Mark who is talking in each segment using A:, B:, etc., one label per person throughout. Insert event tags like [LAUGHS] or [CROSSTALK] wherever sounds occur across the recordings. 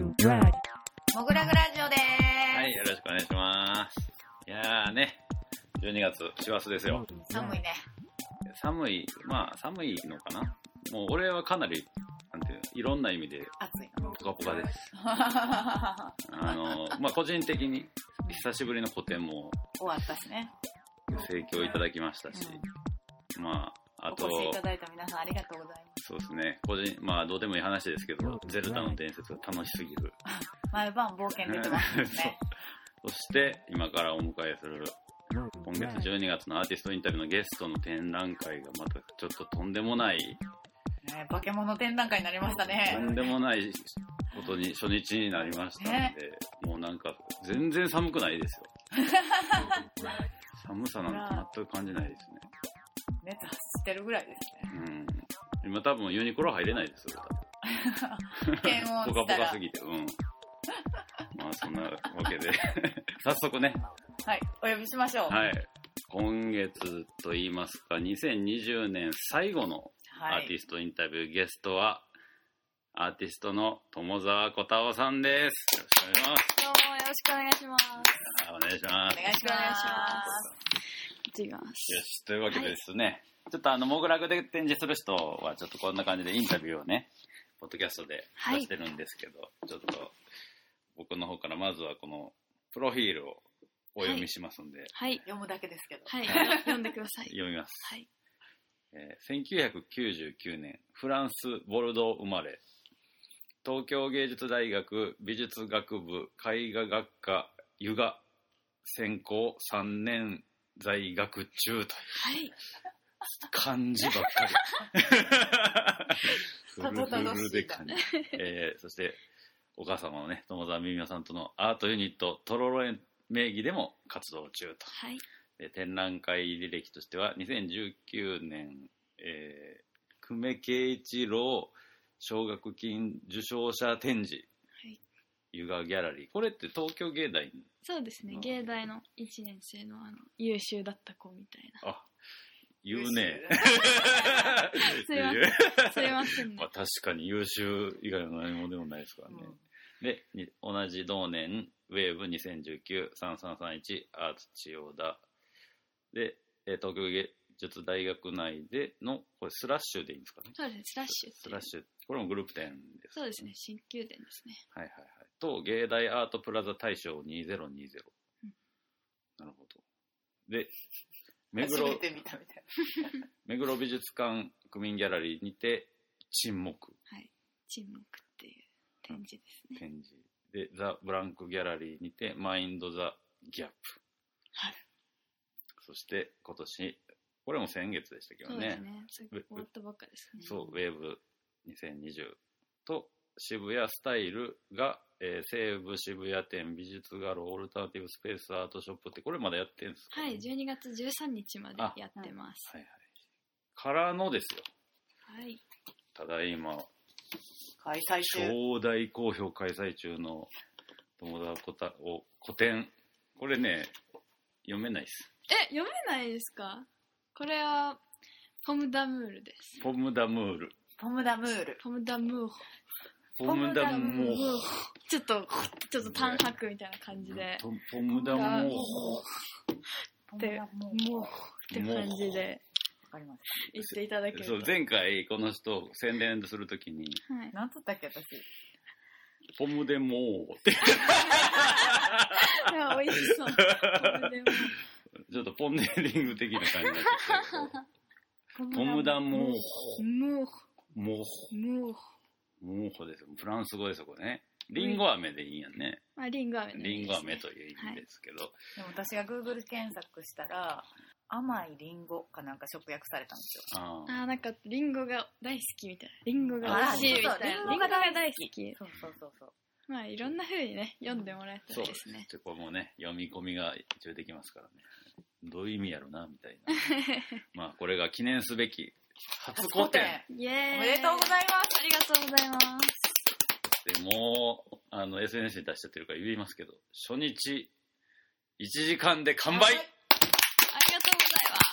A: もぐらぐラジオで
B: は
A: ー
B: い、よろしくお願いします。いやーね、12月、師走ですよ。
A: す。寒いね。
B: 寒い、まあ寒いのかな。もう俺はかなり、なんていうの、いろんな意味で [LAUGHS]
A: 暑い。
B: ポカポカです。あの、まあ個人的に久しぶりの個展も
A: 終わったしね。
B: 盛況いただきましたし、まあ、あ
A: お
B: と
A: 越、しいただいた皆さんありがとうございま
B: そうですね、個人、まあどうでもいい話ですけど、ゼルダの伝説が楽しすぎる。
A: す。毎晩冒険出てますもんね。
B: [LAUGHS] そして、今からお迎えする今月12月のアーティストインタビューのゲストの展覧会がまたちょっととんでもない、
A: ね化け物展覧会になりました
B: とん
A: ね。
B: でもないことに初日になりましたんで、
A: ね
B: もうなんか全然寒くな
A: [LAUGHS]
B: いですよ。寒さなんて全く感じないです
A: 熱走ってるぐらい
B: [LAUGHS]
A: です
B: ね。うん。今多分ユニクロ入れないですよ。
A: ね。検温
B: ポ
A: した
B: カポカ
A: ら
B: す。ぎて。うん。まあそんなわけで、 [LAUGHS] 早速ね、
A: はい、お呼びしましょう。はい。
B: はい。今月と言いますか、2020年最後のアーティストインタビューゲストは、アーティストの友沢小太郎さんです。よろしくお願いします
C: どうもよろしくお願いします。
B: あ。お願いします。
A: お願いし
C: お願いし
A: ます。
C: いってきます。
B: よし、というわけでですね、ちょっとあの、モグラグで展示する人は、ちょっとこんな感じでインタビューをね、ポッドキャストで
C: は
B: 出
C: い
B: してるんですけど、ちょっと、僕の方からまずはこの、プロフィールをお読みしますんで、
C: はい。
A: 読むだけですけど。
C: はい。読んでくだ [LAUGHS] さい。
B: 読みます。
C: はい。
B: えー1999年フランス・ボルドー生まれ東京芸術大学美術学部絵画学科湯河専攻3年在学中という
C: はい。
B: 漢字ばっか
A: [LAUGHS]
B: り
A: たどたどしいな
B: フルフルで漢字、えーそしてお母様のね友沢みみおさんとのアートユニットトロロエ名義でも活動中と
C: はい。
B: で展覧会履歴としては2019年、えー、久米圭一郎奨学金受賞者展示、
C: はい
B: 湯河ギャラリーこれって東京芸大
C: そうですね。芸大の1年生のあの優秀だった子みたいな。
B: あ言うね
C: [LAUGHS] すいませ
B: 言
C: ん
B: う
C: すい [LAUGHS] ません
B: まあ。
C: ね
B: 確かに優秀以外の何もでもないですからね、
A: うん
B: でに同じ同年ウェーブ20193331アーツ千代田でえー東京芸術大学内でのこれスラッシュでいいんですかね
C: そうですね。スラッシュって
B: ス
C: い
B: ラ
C: う
B: ッ。シュこれもグループ展です
C: そうですね。新宮殿ですね。
B: はいはいはいと芸大アートプラザ大賞2020、
C: うん
B: なるほどで目
A: 初
B: 黒
A: めて見たみたい
B: 目黒美術館区民ギャラリーにて沈黙
C: はい。沈黙っていう展示ですね。
B: 展示でザ・ブランクギャラリーにてマインド・ザ・ギャップ
C: はい
B: そして今年これも先月でしたけど
C: そう
B: ね
C: ですね。すぐ終わったばっかですね。
B: そうウェーブ2020と渋谷スタイルが、えー西武渋谷店美術画廊オルタナティブスペースアートショップってこれまだやってるんですか、
C: はい。12月13日まで
B: あ
C: やってます。
B: はいはいからのですよ
C: はい。
B: ただいま
A: な。開催中。
B: 超大好評開催中の友沢こたお古典これね読めないです
C: え、読めないですかこれは、ポムダムールです。
B: ポムダムール
A: ポムダムール。
C: ポムダムーホ。
B: ポムダムー
C: ホ。ちょっと、ちょっと短白みたいな感じで、
B: ポポムダムーホ
A: ポムダムール。
C: もうって感じで
A: わかります。
C: 言っていただけると。
B: そう前回この人を宣伝するときに
C: はい。
A: なんつったっけ、私。
B: ポムデモー [LAUGHS] って
C: いや美味しそう。ポムでも
B: ちょっとポンデリング的な感じになって
A: ポ
B: る [LAUGHS] ポムダ
A: ー
B: モー
A: ル
C: ムー
B: ホモーホ
C: ホ、ムーホ。
B: モーホですよフランス語ですよこれねリンゴ飴でいいんやんね
C: まあ、リンゴ飴の
B: リンゴ飴
C: です
B: という意味ですけど、
A: でも私が Google 検索したら、甘いリンゴかなんか直訳されたんですよ。
B: あ
C: ね。あーなんか、リンゴが大好きみたいな。リンゴが美味しいみたいな。
A: あーそうそう
C: リンゴが大好き。
A: そうそうそうそう。
C: まあ、いろんな風にね、読んでもらえた
B: ーそ
C: ら
B: う
C: いい
B: で
C: です
B: すね
C: ね。
B: ちょっとこれもね読み込みが一応できますからねどういう意味やろなみたい [LAUGHS] なまあこれが記念すべき初古典
C: [LAUGHS] イェーイ。
A: おめでとうございます。
C: ありがとうございます。
B: でもうあの SNS に出しちゃってるから言いますけど初日1時間で完 [LAUGHS] 売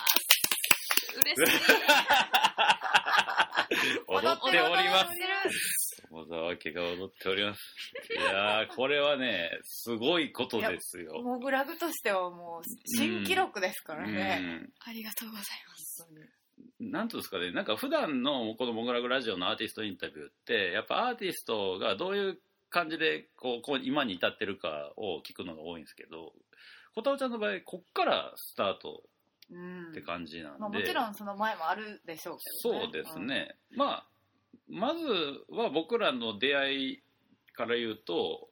C: りがとうございます。嬉しい。
B: 踊っております
A: す
B: 小沢家が踊っておりますいやーこれはねすごいことですよ、
A: もぐらぐとしてはもう新記録ですからね、
C: ありがとうございます。
A: 本当に
B: うん、なんていうんですかねなんか普段のこの「モグラグラジオ」のアーティストインタビューってやっぱアーティストがどういう感じでこうこう今に至ってるかを聞くのが多いんですけど小太郎ちゃんの場合こっからスタート
A: うん
B: って感じなんで、
A: まあ、もちろんその前もあるでしょうけど、ね、
B: そうですね、まあまずは僕らの出会いから言うと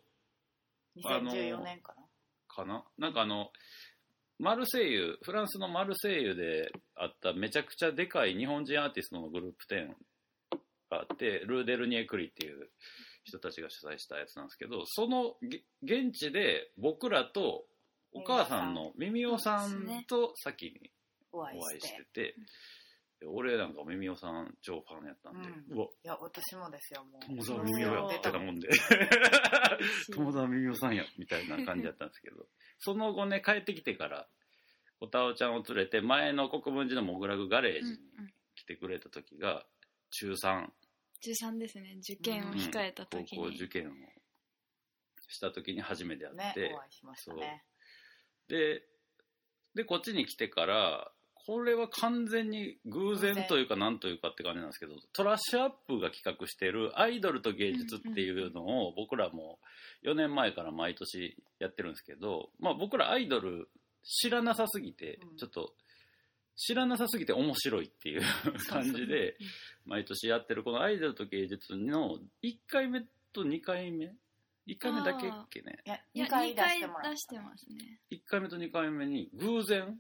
A: うん
B: あの
A: 2014年かな、
B: かななんかあのマルセイユフランスのマルセイユであっためちゃくちゃでかい日本人アーティストのグループ展があってルーデル・ニエクリっていう人たちが主催したやつなんですけどそのげ現地で僕らとお母さんのミミオさ
C: そうです
B: ん
C: ね
B: と先に
A: お
B: お
A: 会い
B: 会
A: し
B: い
A: て
B: しててで俺なんかミミオさん超ファンやったんで、う
A: う
B: わ
A: いや私もですよもう
B: 友沢みみおやってたもんで [LAUGHS] 友沢みみおさんやみたいな感じだったんですけ
C: [LAUGHS]
B: どその後ね帰ってきてからおたおちゃんを連れて前の国分寺のモグラグガレージ
C: うんう
B: に
C: ん
B: 来てくれた時が中3
C: 中3ですね。受験を
A: うん
C: 控えた
B: 高
C: 時に。
B: 校受験をした時に初めて会
A: ね
B: っ
A: お
B: て、
A: 会いしましたね
B: ででこっちに来てからこれは完全に偶然というかなんというかって感じなんですけどトラッシュアップが企画してる「アイドルと芸術」っていうのを僕らも4年前から毎年やってるんですけど、まあ、僕らアイドル知らなさすぎて
A: うん
B: ちょっと知らなさすぎて面白いっていう [LAUGHS]
C: そう
B: 感
C: そう
B: じで毎年やってるこの「アイドルと芸術」の1回目と2回目1回目だけっけね
A: いや
C: いや
A: 2回
C: 二
A: 出し
C: 回
A: てもらっ
C: 出して
A: た
C: ますね。
B: 1回目と2回目に偶然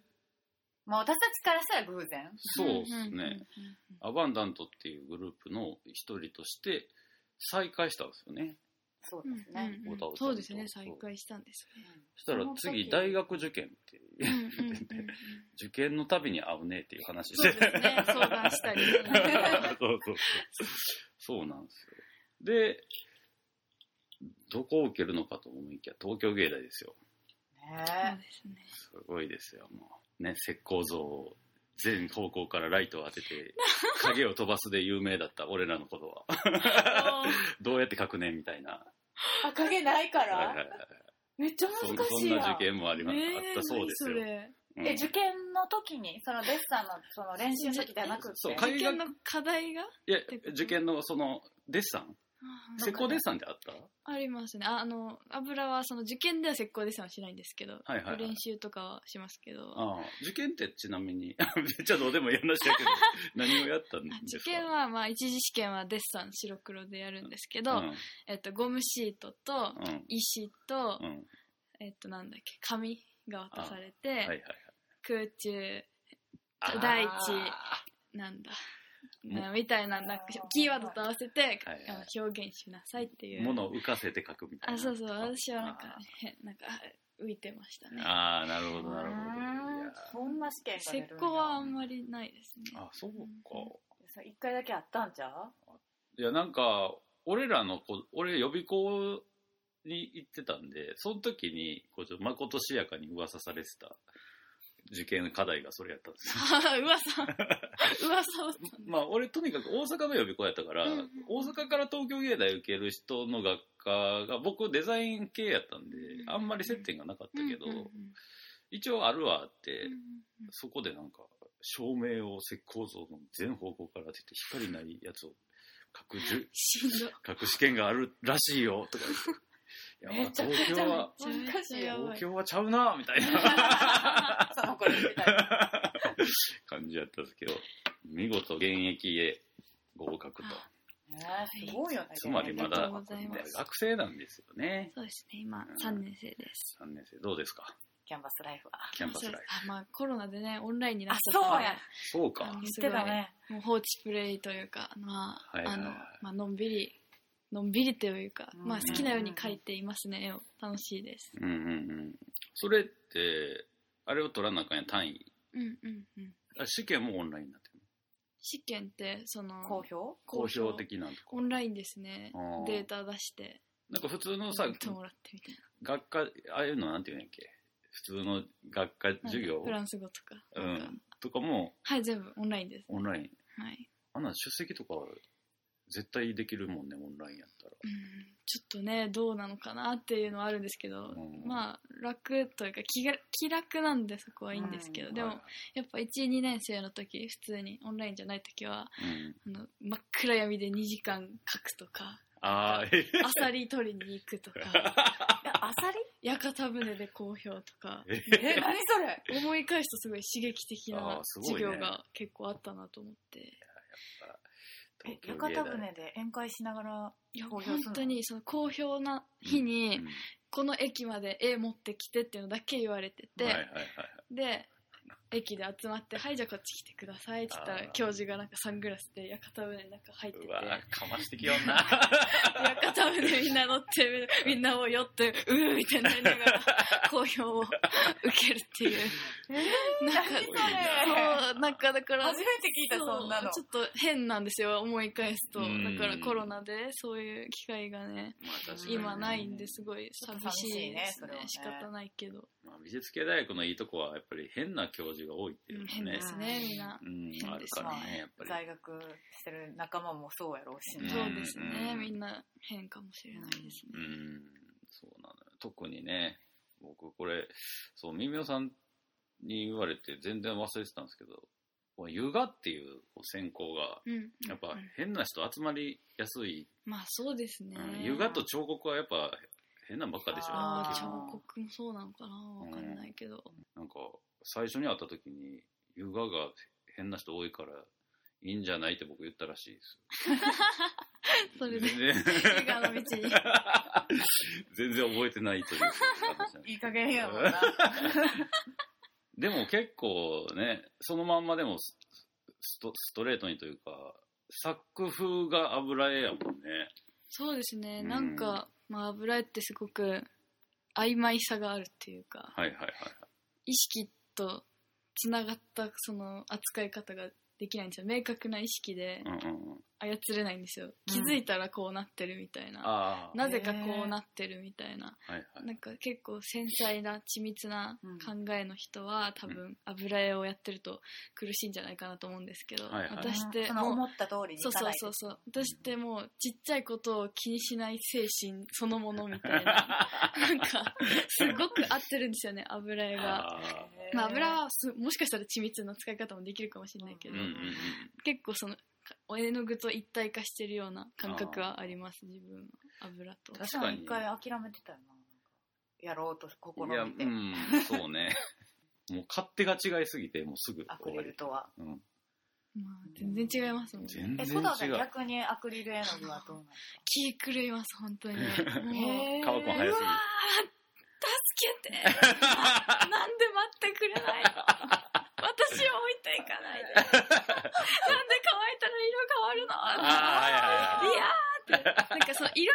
A: まあ私たちからしたら偶然
B: そうですね、
C: んんうんうん
B: アバンダントっていうグループの一人として再会したんですよね
A: そうですね、
C: うんうんう
B: 小
C: ん
B: 田尾さんと
C: そうですね。再開したんですね。
B: そしたら次大学受験っていううん
C: うんうんうん
B: 受験のたびに会うねっていう話
C: そう
B: し
C: で
B: て
C: すね。相談し
B: [LAUGHS]
C: たり。
B: そうそうそうそうなんですよでどこを受けるのかと思いきや東京芸大ですよ
C: そ
A: ね
C: うで
B: [LAUGHS]
C: すね。
B: すごいですよもうね石膏像を全方向からライトを当て
C: [LAUGHS]
B: て影を飛ばすで有名だった俺らのことはどうやって書くねみたいな
A: あ影ないか
B: はい
A: ら、
B: はいはい
A: めっちゃ
B: そん
A: 難しい
B: そ
A: や
B: んな受
A: ん
B: 験もありま、
C: ねえ
B: あったそうですよ。
C: 何それ
B: うん
A: え受験の時にそのデッサンのその練習の時ではなくて
B: そう
C: 受験の課題が
B: いや
C: てこと
B: 受験のそのデッサン、
A: ん
B: 石膏デッサンってあった
C: ありますね。ああの、油は、その受験では石膏ですはしないんですけど、
B: はいはいはい
C: 練習とかはしますけど、
B: ああ受験ってちなみに [LAUGHS] めっちゃどうでもいい話だけ
C: [LAUGHS]
B: ど何をやったん
C: あ
B: です
C: 受
B: か
C: 験は、まあ、一次試験はデッサン白黒でやるんですけど、
B: うん
C: えっと、ゴムシートと、
B: うん
C: 石と、
B: うん
C: えっと、なんだっけ、紙が渡されて、
B: はいはい
C: 空中、
B: はいあ
C: 第一
B: あ
C: なんだ、
B: も
C: なみたいな、なんか
A: あー
C: キーワードと合わせて、
B: はいはい
C: あの表現しなさいっていう。
B: 物を浮かせて書くみたいな
C: あ、そうそう、私はなんか、へなんか、浮いてましたね。
B: ああなるほどなるほどいや
A: そんな試験が
C: 石
A: 出るんや
C: 膏はあんまりないですね。
B: あそうか
A: そう一回だけあったんちゃう
B: いやなんか俺らの子俺予備校に行ってたんでその時にこうちょっとまことしやかに噂されてた受験課題がそれやったんです [LAUGHS] よ
C: あ噂、噂を。
B: まあ俺とにかく大阪の予備校やったから、
C: うんうんうん
B: 大阪から東京芸大受ける人の学科が僕デザイン系やったんで
C: うんうん
B: あんまり接点がなかったけど、
C: うんうんうん
B: 一応あるはあって、
C: うんうん
B: そこでなんか照明を石膏像の全方向から当てて光ないやつを書くじゅ
C: しんどい。
B: 書く試験があるらしいよ
C: [LAUGHS]
B: とか言って。い
A: め
B: や、
A: ちゃく
B: 東
A: ち
B: 京
A: ゃ
B: は、
A: 難しい
C: めっちゃ
A: よ
B: 東京はちゃうなみたい
C: [LAUGHS]
B: な
A: その頃みたいな
B: 感じやったんですけど、見事現役へ合格と。
A: ねすごいよね
B: [LAUGHS] つまりま
C: ありが
B: だ
C: とうございます
B: 学生なんですよね。
C: そうですね、今
B: うん、
C: 3年生です。
B: 3年生、どうですか
A: キャンバスライフは
B: キャンパスライフ。
C: あ、まあ、コロナでね、オンラインにな
A: あ
C: っちゃ
A: そ
C: ったか
A: う
C: ら
A: や
B: そうか。
C: あ
A: 言ってたね
C: もう放置プレイというか、まあ
B: はい、はい
C: あの、まあのんびり、のんびりというか、
A: うん
C: まあ、好きなように描いていますね、絵を。楽しいです。
B: うんうんうん。それって、あれを取らなあかんやん単位。
C: うんうんうん。
B: あ試験もオンラインになってる。
C: 試験ってその
A: 好評
B: 公表的なと
C: オ
B: こ
C: ンラインですね
B: あー
C: データ出して
B: なんか普通のさ
C: やってもらってみたい
B: 学科ああいうのなんていうんやっけ普通の学科
C: な
B: 授業
C: はいフランス語とか
B: う
C: なんか
B: んとかも
C: はい全部オンラインです
B: オンライン
C: はい、
B: あんなん出席とか絶対できるもんねオンラインやったら
C: うん、ちょっとねどうなのかなっていうのはあるんですけど、
B: うん
C: まあ楽というか気が気楽なんでそこはいいんですけど、
A: うん
C: でも、
B: はい
C: やっぱ12年生の時普通にオンラインじゃない時は
B: うん、
C: あの真っ暗闇で2時間書くと
B: [LAUGHS]
C: か
B: ああえ
C: アサリ取りに行くとか
B: [LAUGHS]
A: えアサリ
C: 屋形船で好評とか
A: え何それ
C: 思い返すとすごい刺激的
B: あ
C: な
B: ーすご
C: 授
B: いね
C: 業が結構あったなと思って、
A: え屋
B: 東京芸大
A: 形船で宴会しながら
C: いや
A: 公
C: 本
A: 表するの
C: 当にその好評な日に、
B: うん
C: この駅まで絵持ってきてっていうのだけ言われてて、
B: はいはいはい
C: で駅で集まって「はいじゃあこっち来てください」って言った
B: あ
C: ら
B: ー
C: 教授がなんかサングラスで屋形船の中入ってて
B: うわーかましてきよんな
C: 屋形船でみんな乗ってみんなを酔って「うー」みたいになりながら好評を受けるっていうなんか
A: 何それ
C: そうなんかだから
A: 初めて聞いた
C: そう
A: そんなの
C: ちょっと変なんですよ思い返すと
B: う
C: だ
B: ん
C: からコロナでそういう機会がね
B: まあ確かにね
C: 今ないんですごい寂し
A: ちょっと寂
C: いです
A: しいねそ
C: ね
A: れはね
C: 仕方ないけど、
B: まあ、美術系大学のいいとこはやっぱり変な教授が多いっていうの
C: うん
B: も
C: 変
B: ね
C: ですねみんな、
B: うん
C: 変
B: ある
C: です
B: からねやっぱり
A: 在学してる仲間もそうやろうし
B: ん
A: ね
C: そうですね、
B: うん
C: みんな変かもしれないです
B: う
C: ね、
B: んそうなのよ特にね僕これそうみみおさんに言われて全然忘れてたんですけどこうヨガっていう専攻が
C: うん
B: やっ
C: う
B: ぱ
C: ん
B: 変な人集まりやすい、
C: まあそうですね、
B: うん、
A: ヨ
B: ヨ
A: ガ
B: ガと彫刻はやっぱ変なんばっかでしょ
C: あ
A: あ
C: あ
A: ー
B: 基本
C: 彫刻もそうなのかなわかんないけど、
B: なんか最初に会った時にヨガが変な人多いからいいんじゃないって僕言ったらしいです
C: それで
B: 全然
C: ヨガの
B: [LAUGHS]
C: 道に
B: 全然覚えてないという感じなんです
A: いい加減や
B: [LAUGHS]
A: もんな
B: でも結構ねそのまんまでもスストストレートにというか作風が油絵やもんね
C: そうですね
B: うん
C: なんか、まあ油絵ってすごく曖昧さがあるっていうか
B: はいはいはい
C: 意識とつながったその扱い方ができないんですよ明確な意識で
B: うんうんうん
C: 操れないんですよ気づいたらこうなってるみたいな、
B: ああ
C: なぜかこうなってるみたいな
B: はいはい
C: なんか結構繊細な緻密な考えの人は、多分油絵をやってると苦しいんじゃないかなと思うんですけど、
B: はいはい
C: 私って
A: そ
C: も
A: の
C: う
A: 思った通りに
C: そう
A: いか
C: そう
A: ない
C: そうそう私ってもうちっちゃいことを気にしない精神そのものみたい
B: [LAUGHS]
C: ななんかすごく合ってるんですよね油絵 [LAUGHS] が。
B: あ
A: へー
C: まあ、油はすもしかしたら緻密な使い方もできるかもしれないけ
B: ー
C: ど、
B: うんうんうん
C: 結構そのお絵の具と一体化してるような感覚はあります自分は油と。
B: 確
A: 確か
B: か
A: に
B: に
A: 一回諦めてたよなやろうと試
B: いやう
A: みて、
B: んそうね [LAUGHS] もう勝手が違いすぎてもうすぐ
A: アクリルとは
B: うん
C: まあ、全然違いますもんね。
B: 全
A: え
B: 然
A: 工藤さ
B: 違
A: ん
B: う
A: 逆にアクリル絵の具はどうなの
C: 気狂います、本当
B: [LAUGHS]
C: に。もう、
A: へ
C: 助
A: ー
B: 乾くの早すぎる
C: けてなんで待ってくれないの私を置いていかないで。なんで乾いたら色変わる
B: あーはいはいはい
C: のいやーって、なんかその色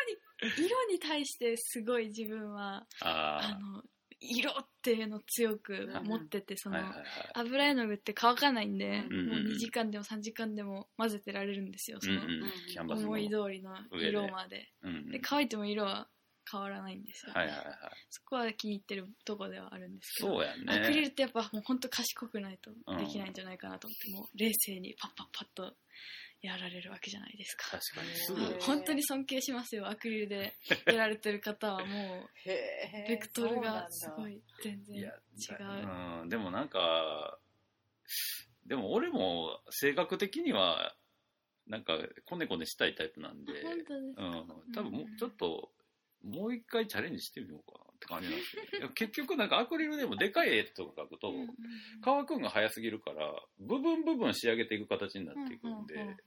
C: に、色に対してすごい自分は、あ
B: あ
C: の、色っていうのを強く持ってて、そ
B: あ
C: の、
B: はいはいはい
C: 油絵の具って乾かないんで、
A: うん
B: うん
C: もう2時間でも3時間でも混ぜてられるんですよ、
B: う
C: そ
B: ん
C: の、
B: うんキャンバスの
C: 思い通りの色まで。
B: うんうん
C: で乾いても色は変わらないんですよ、
B: はいはいはい
C: そこは気に入ってるとこではあるんですけど、
B: そうやね
C: アクリルってやっぱもうほんと賢くないとできないんじゃないかなと思って、もう冷静にパッパッパッとやられるわけじゃないですか
B: 確かにす
A: そ
B: ぐ
A: う
C: もう本当に尊敬しますよアクリルでやられてる方はも
A: へー
C: うベクトルがす
A: そう
C: ご
A: なんだ
C: い全
B: い
C: 然
B: や
C: 違
B: うん、でもなんかでも俺も性格的にはなんかこねこねしたいタイプなんで、
C: あ本当です
B: う
C: か、
B: ん、多分もうちょっと、もう一回チャレンジしてみようかなって感じなんですよねいや結局なんかアクリルでもでかい絵とか描くと、
C: うんうんうん
B: 乾くんが早すぎるから部分部分仕上げていく形になっていくんで、
C: うんうんうんうん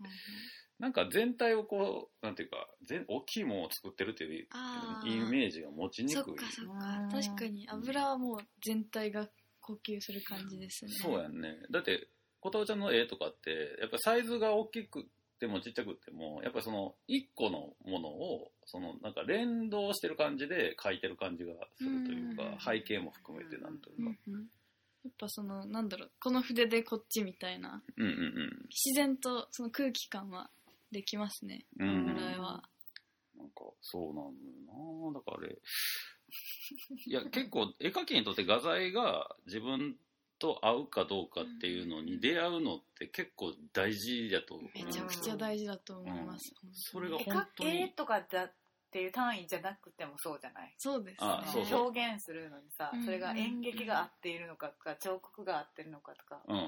B: なんか全体をこうなんていうか全大きいものを作ってるっていう
C: あ
B: イ
C: ー
B: メージが持ちにくい
C: そっかそっか確かに油はもう全体が呼吸する感じですね
B: そうやんね。だって、琴ちゃんの絵とかって、やっぱサイズが大きくてもちっちゃくても、やっぱその一個のものを、そのなんか連動してる感じで描いてる感じがするというか
C: うん、
B: 背景も含めてなんといううんか。
C: うんやっぱそのなんだろうこの筆でこっちみたいな
B: うん
C: 自然とその空気感はできますね
B: うんうん。うん、な
C: 侍
B: んか、
C: は
B: そうなんだよなだからあれ。いや、結構、絵描きにとって画材が自分と合うかどうかっていうのに出会うのって結構大事だと思う。
C: めちゃくちゃ大事だと思います、本当に
B: それが
A: 絵か
B: 本当
A: 絵
B: に。
A: とかだっていう単位じゃなくてもそうじゃない
C: そうですね
B: あそうそう
A: 表現するのにさ、
C: うん
A: それが演劇が合っているのかとか彫刻が合ってるのかとか
B: うんうん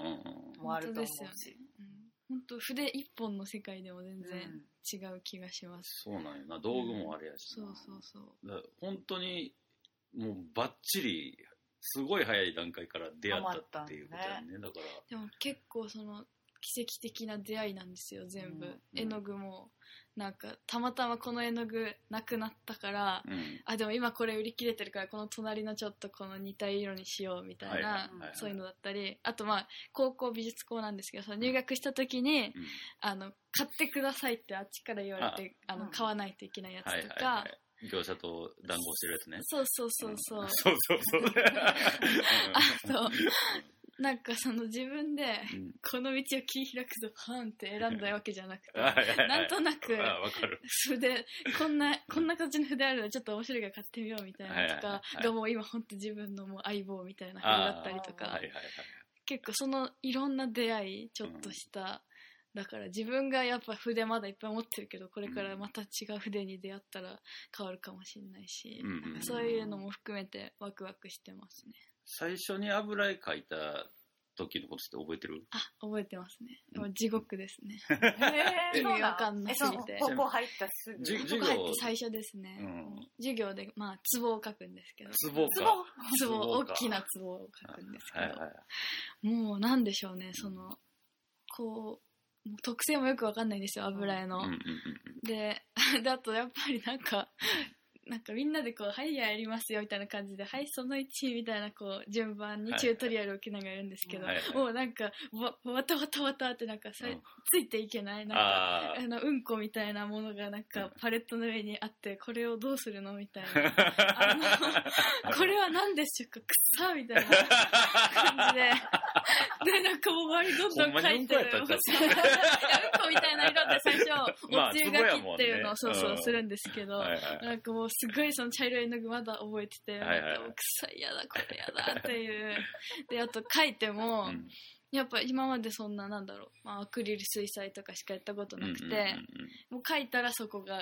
B: うん。
A: もあると思うし
C: 本当ですよねうん本当筆一本の世界でも全然
A: う
C: 違う気がします、
B: そうなんやな。道具もあれやしな。
C: そうそうそう
B: だから本当にもうバッチリすごい早い段階から出会ったっていうことやねだか
C: でも結構その奇跡的な出会いなんですよ全部、
A: うん
C: 絵の具もなんかたまたまこの絵の具なくなったから
B: ら、うん、
C: あでも今これ売り切れてるからこの隣のちょっとこの似た色にしようみたいな、
B: はいはい
A: はい
C: そういうのだったりあとまあ高校美術校なんですけどその入学した時に、
B: うん
C: あの買ってくださいってあっちから言われてあの、
A: うん
C: 買わないといけないやつと
B: はい
C: か、
B: はいはい業者と談合してるやつね
C: そうそうそうそう、
B: んそうそうそう
C: [LAUGHS] あとなんかその自分で
B: うんうん
C: この道を切り開くぞハンって選んだわけじゃなくて
B: はいはいはい
C: なんとなく
B: あわかる
C: 筆こんなこんな形の筆あるのちょっと面白いから買ってみようみたいなの
B: はい
C: と
B: はい
C: か
B: はい
C: がもう今ほんと自分のもう相棒みたいな筆だったりと
B: はい
C: か
B: はいはい
C: 結構そのいろんな出会いちょっとした、だから自分がやっぱ筆まだいっぱい持ってるけどこれからまた違う筆に出会ったら変わるかもしれないし、
B: うんうんうん
C: なんかそういうのも含めてワクワクしてますね
B: 最初に油絵描いた時のことって覚えてる
C: あ覚えてますねでも地獄ですね、
A: え
C: 意味わかんなすぎて
A: えそう高校入ったらすぐ
B: じ
C: こ
B: [LAUGHS] 授
C: こ
B: 業
C: 入って最初ですね、
B: うん
C: 授業でまあ壺を書くんですけど [LAUGHS]
B: 壺
A: すごい
B: か
C: 壺
B: 壺
C: 大
B: か
C: きな壺を書くんですけど、
B: はいはい
C: もうなんでしょうねそのこうもう特性もよくわかんないんですよ油絵
B: う
C: の、
B: んうんうん
C: で [LAUGHS] であとやっぱりなんかなんかみんなでこう「はいやりますよ」みたいな感じで「はいその1」みたいなこう順番に
B: はい
C: チュートリアルを受けながらやる [LAUGHS] んですけど、
B: はいはい
C: もうなんかわわたわたわたってなんかさ、
B: うん
C: ついていけないなんか
B: あ
C: あのうんこみたいなものがなん
B: うん
C: かパレットの上にあってこれをどうするのみたい
B: [LAUGHS]
C: なあ
B: あ
C: のこれは何でしょうか草みたいな感じででなんかもう周りどんどん
B: ほんま
C: 描
B: にうん
C: い
B: こ
C: て
B: や
C: る
B: っ
C: い
B: た
C: や
B: ん
C: うん
B: ちゃう
C: こみたいな色で最初
B: まあ
C: おつゆがきっていうのを、
B: つぼ
C: そう
B: やもんね
C: そううんするんですけど、
B: はいはいはい
C: なんかもうすごいその茶色いの具まだ覚えてて、
B: はいはい
C: なんかもう臭いやだこれやだっていうであと書いて
B: う
C: も、
B: ん
C: やっぱ今までそんななんだろう、まあ、アクリル水彩とかしかやったことなくて、
B: うんうんうんうん
C: もう書いたらそこが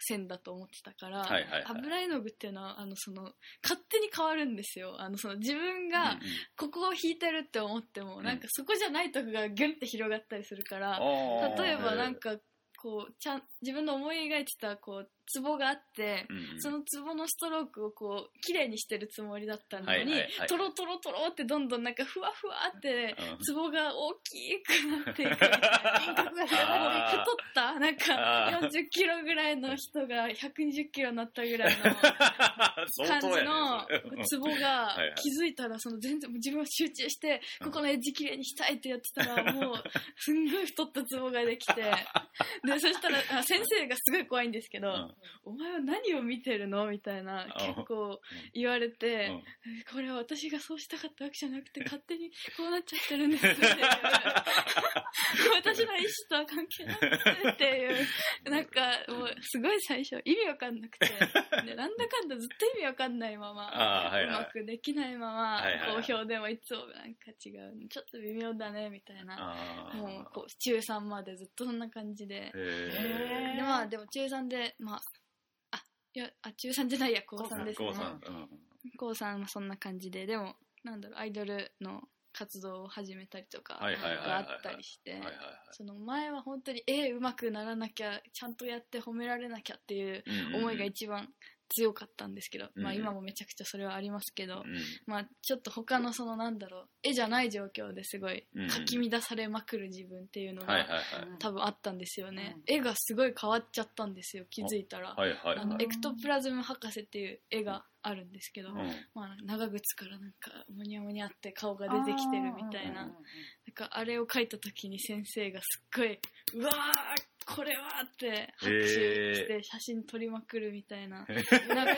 C: 線だと思ってたから、
B: はいはいはい
C: 油絵の具っていうのはあのその勝手に変わるんですよあのその自分
B: うんう
C: が
B: ん
C: ここを引いてるって思っても、
B: うん
C: なんかそこじゃないとこがギュンって広がったりするから、
B: あー
C: 例えばなん、かこうちゃん自分の思い描いてたこうツボがあって、
B: うんうん
C: そのツボのストロークをこう綺麗にしてるつもりだったのに、
B: はいはいはい
C: トロトロトロってどんどんなんかふわふわって
B: うん
C: ツボが大きくな
B: [LAUGHS]
C: っていくみたいな輪郭が広がっていく太ったなん
B: あ
C: か
B: ー
C: 40キロぐらいの人が120キロになったぐらいの
B: 相
C: 感
B: 当や
C: じ
B: ね
C: のツボが
B: [LAUGHS] はいはい
C: 気づいたらその全然もう自分は集中してここのエッジ綺麗にしたいってやって
B: [LAUGHS]
C: たらもうすんごい太ったツボができてでそしたらあ先生がすごい怖いんですけど
B: うん
C: 「お前は何を見てるの?」みたいな
B: あ
C: 結構言われて。これは私がそうしたかったわけじゃなくて勝手にこうなっちゃってるんですっていう
B: [LAUGHS]
C: 私の意思とは関係なくてっていうなんかもうすごい最初意味わかん
B: [LAUGHS]
C: なくてでなんだかんだずっと意味わかんないまま
B: あーはいはいう
C: まくできないまま
B: はいはいはい
C: 好評でもいつもなんか違うちょっと微妙だねみたいなもう
B: も
C: こう中3までずっとそんな感じで
B: うんへ
A: へ
C: で
A: ー
C: まあでも中3でまああいやあ中3じゃないや高
B: ー
C: 3です
B: 高
C: ね
B: 三うん
C: 高さんもそんな感じででもなんだろうアイドルの活動を始めたりとか
B: はいはいはいはい
C: があったりして
B: はいはい
C: その前は本当に絵うまくならなきゃちゃんとやって褒められなきゃっていう
B: はい
C: 思いが一番強かったんですけど、
B: うん
C: まあ今もめちゃくちゃそれはありますけど、
B: うん
C: まあちょっと他のそのなんだろう絵じゃない状況ですごい
B: うん
C: かき乱されまくる自分っていうの
B: はいはい
C: が多分あったんですよね、絵がすごい変わっちゃったんですよ気づいたら、
B: はいはいはい
C: あの
B: は
C: エ
B: い
C: クトプラズム博士っていう絵があるんですけど、
B: うん
C: まあ、長靴からなんかむにゃむにゃって顔が出てきてるみたい
A: あ
C: な
A: ーう
C: な
A: ん
C: んかあれを描いた時に先生がすっごいうわこれはって拍手して写真撮りまくるみたいな、なんか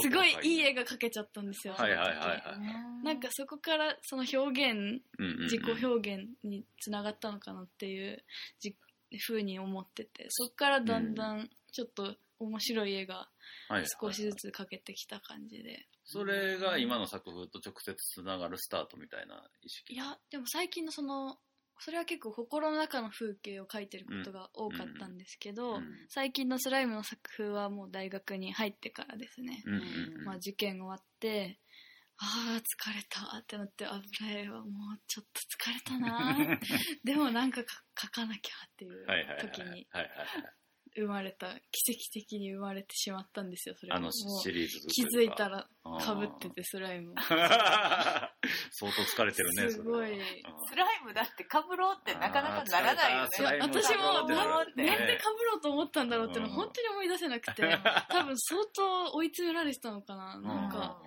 C: すごいいい絵が描けちゃったんですよ、
B: はいはいはいはい
C: その時なんかそこからその表現
B: うんうんうん
C: 自己表現につながったのかなっていうじふうに思っててそこからだんだんちょっと面白い絵が
B: はい
C: 少しずつ描けてきた感じで
B: それが今の作風と直接つながるスタートみたいな意識
C: いやでも最近のそのそれは結構心の中の風景を描いてることが多かったんですけど、
B: うん
C: 最近のスライムの作風はもう大学に入ってからですね、
B: うんうんうん
C: まあ、受験終わってああ疲れたってなって油絵はもうちょっと疲れたな
B: [LAUGHS]
C: でもなんかか描かなきゃっていう
B: はいはいはい
C: 時に
B: はいはいはい
C: 生まれた奇跡的に生まれてしまったんですよそれ
B: あ
C: は
B: の
C: も
B: シ
C: う
B: リーズ
C: 気づいた
B: ら
C: らかぶっててスライムを
B: [LAUGHS] 相当疲れてるね
C: すごい
A: スライムだってかぶろうってなかなかならないよね
B: あー疲れた
C: 私も
A: な
C: な
A: ろ
C: ん
A: うって
C: な
A: ね
C: んでかぶろうと思ったんだろうっていう
B: う
C: の
B: ん
C: 本当に思い出せなくて多分相当追い詰められてたのかななんか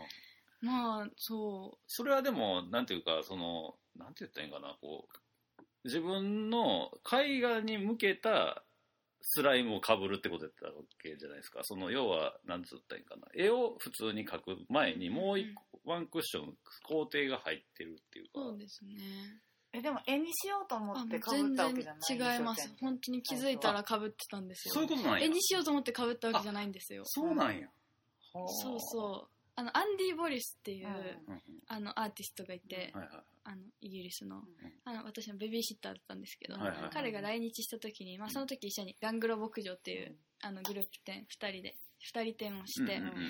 B: うん
C: まあそ
B: それはでもなんていうかそのなんて言ったらいいんかなこう自分の絵画に向けたスライムをかぶるってことやったわけじゃないですかその要はなんつったらいいんかな絵を普通に描く前にもう一個、ワンクッション工程が入ってるっていう
C: うそう
B: か
C: ですね
A: えでも絵にしようと思
C: あ
A: っ
C: も
A: て
C: う
A: かぶ
C: 全
A: ったわ
C: 然
A: けじゃない
C: 違います本当に気づいたらかぶってたんです
B: そうい
C: よ
B: うことなんや
C: 絵にしようと思ってかぶったわけじゃないんですよ
B: そうなんやはあ
C: そうそうあのアンディ・ボリスっていう、
B: うんうん
C: あのアーティストがいて、
B: はいはい
C: あのイギリスの,、
A: ん
C: あの私のベビーシッターだったんですけど、
B: はいはい
C: 彼が来日した時に、まあ、その時一緒にガングロ牧場っていう、あのグループ展2人で2人展をして、
B: うんうんうんうん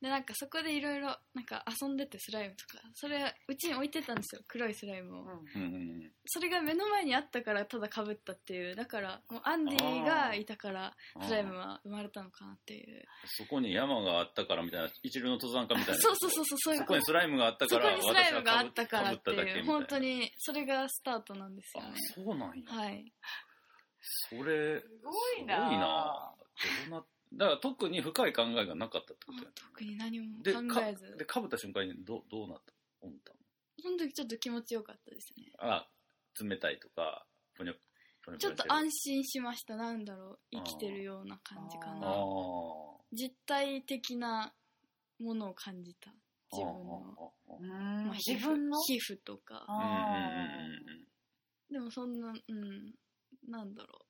C: でなんかそこでいろいろなんか遊んでてスライムとかそれうちに置いてたんですよ黒いスライムを、
B: うんうんうん
C: それが目の前にあったからただかぶったっていうだからもうアンディがいたから
B: うん
C: スライムは生まれたのかなっていう
B: そこに山があったからみたいな一流の登山家みたいな
C: [LAUGHS] そうそうそうそうそういう
B: そこにスライムがあった
C: そ
B: か
C: こ
B: ら
C: にスライムがあった
B: 私は
C: から
B: かぶ
C: って
B: かぶっただけみた
C: い
B: いうな
C: 本当にそれがスタートなんですよ
B: あ
C: ね
B: そうなんや、
C: はい
B: それ
A: すごいな
B: すごいなどんなだから特に深い考えがなかったってことや
C: あ特に何も
B: で
C: 考え
B: か
C: ず
B: でかぶった瞬間にどどうなった思った
C: その時ちょっと気持ちよかったですね
B: あ冷たいとかぷにょぷにょぷ
C: ち
B: に
C: ょ
B: ょ
C: っと安心しましたなんだろう生きてるような感じか
B: あ
C: な
B: ー
C: 実体的なものを感じた
B: あー
C: 自分の、
B: あー
A: うん
C: まあ
A: 自分の
C: 皮膚とか
B: あー
A: あー
B: うんうんうんうん
C: でもそんな、うん、なんだろう。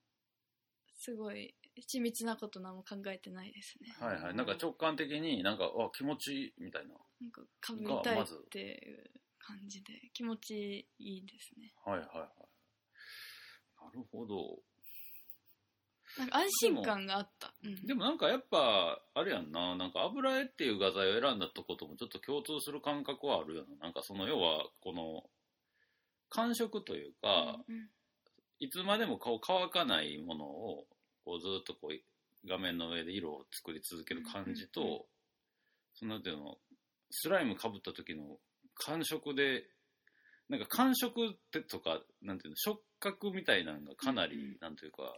C: すごい、緻密なこと何も考えてないですね。
B: はいはいなんか直感的になんかあ気持ちいいみたいな
C: なんか、かぶりたいっていう感じで、気持ちいいですね。
B: はいはいはいなるほど
C: なんか安心感があった。うん
B: でもなんかやっぱあれやんななんか油絵っていう画材を選んだとこともちょっと共通する感覚はあるよななんかその要はこの感触というか、
C: うんうん
B: いつまでもこう乾かないものをこうずっとこう画面の上で色を作り続ける感じと、
C: うんうん
B: そのなんていうのスライムかぶった時の感触でなんか感触ってとかなんていうの触覚みたいなのがかなり、
C: うんうん
B: なんていうか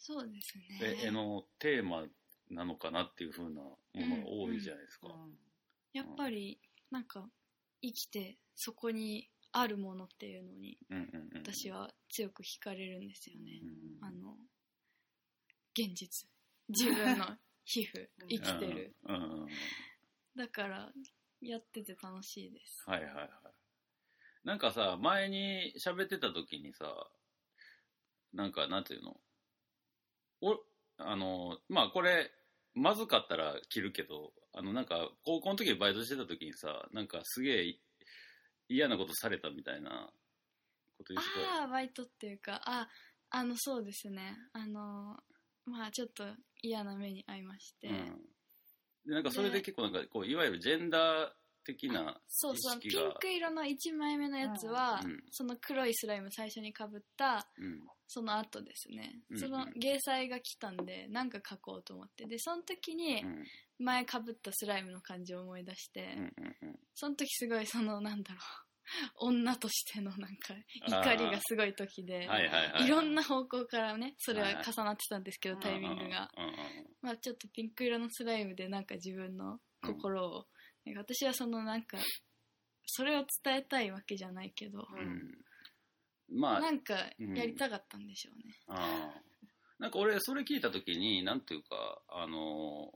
C: そうです
B: え絵
C: ね。
B: のテーマなのかなっていうふうなものが多いじゃないですか。
C: やっぱり、なんか、生きて、そこにあるものっていうのに、
B: うんうんうん
C: 私は強く惹かれるんですよね
B: う。ん
C: あの、現実。自分の皮膚、生きてる。。
B: うんうんうん
C: だからやってて楽しいです。
B: はいはいはい。なんかさ前に喋ってた時にさなんかなんていうのおあのまあこれまずかったら着るけどあのなんか高校の時バイトしてた時にさなんかすげえ嫌なことされたみたいなこと言ってた
C: ああーバイトっていうかああのそうですねあのまあちょっと嫌な目に遭いまして、
B: うん、でなんかそれで
C: で
B: 結構なんかこういわゆるジェンダー的な
C: そうそう
B: 意
C: ピ
B: 識が
C: ンク色の1枚目のやつは、
B: うんうん
C: その黒いスライム最初にかぶった
B: うん
C: その後ですね、
B: うんうん
C: その芸祭が来たんでなんか描こうと思ってでその時に
B: うん
C: 前かぶったスライムの感じを思い出して、
B: うんうんうん
C: その時すごいそのなんだろう女としてのなんか怒りがすごい時で。
B: はいはいはい
C: いろん
B: な
C: な方向からねそれは重なってたんですけど、
A: はい
C: タイミングが、まあ、ちょっとピンク色のスライムでなんか自分の心を、なんか私はそのなんかそれを伝えたいわけじゃないけど、
A: う
B: うんまあ
C: なんかやりたかったんでしょうね、
B: あなんか俺、それ聞いたときに、なんていうか、あの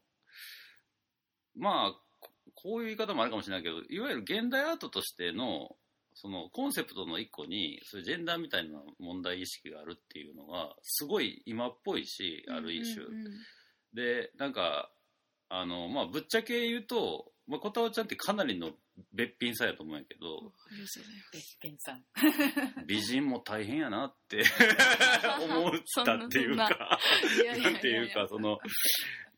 B: ーまあ、ここういう言い方もあるかもしれないけど、いわゆる現代アートとしての、そのコンセプトの一個に、そういうジェンダーみたいな問題意識があるっていうのが、すごい今っぽいし、ある一種。
C: うんうん
B: で、なんか、あの、まあ、ぶっちゃけ言うと、まあ、こたおちゃんってかなりのべ [LAUGHS] っぴんさやと思うんやけ
C: う [LAUGHS]
B: ど
C: ん、ありがとうございます
A: べっぴんさん。
B: 美人も大変やなって
C: [LAUGHS]
B: 思ったっていうか、
C: いやいや
B: なんていうか、その、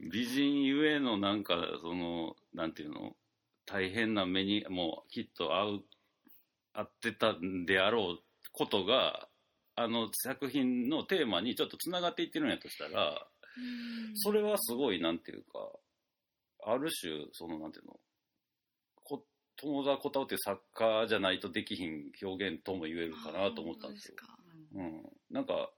B: 美人ゆえのなんか、その、なんていうの、大変な目に、もうきっと合う、合ってたんであろうことが、あの作品のテーマにちょっとつながっていってるんやとしたら、それはすごい、なんていうか、ある種、その、なんていうの、こ友田小太郎っていう作家じゃないとできひん表現とも言えるかなと思ったんですよ。
C: あ
A: う
B: うん。なんか、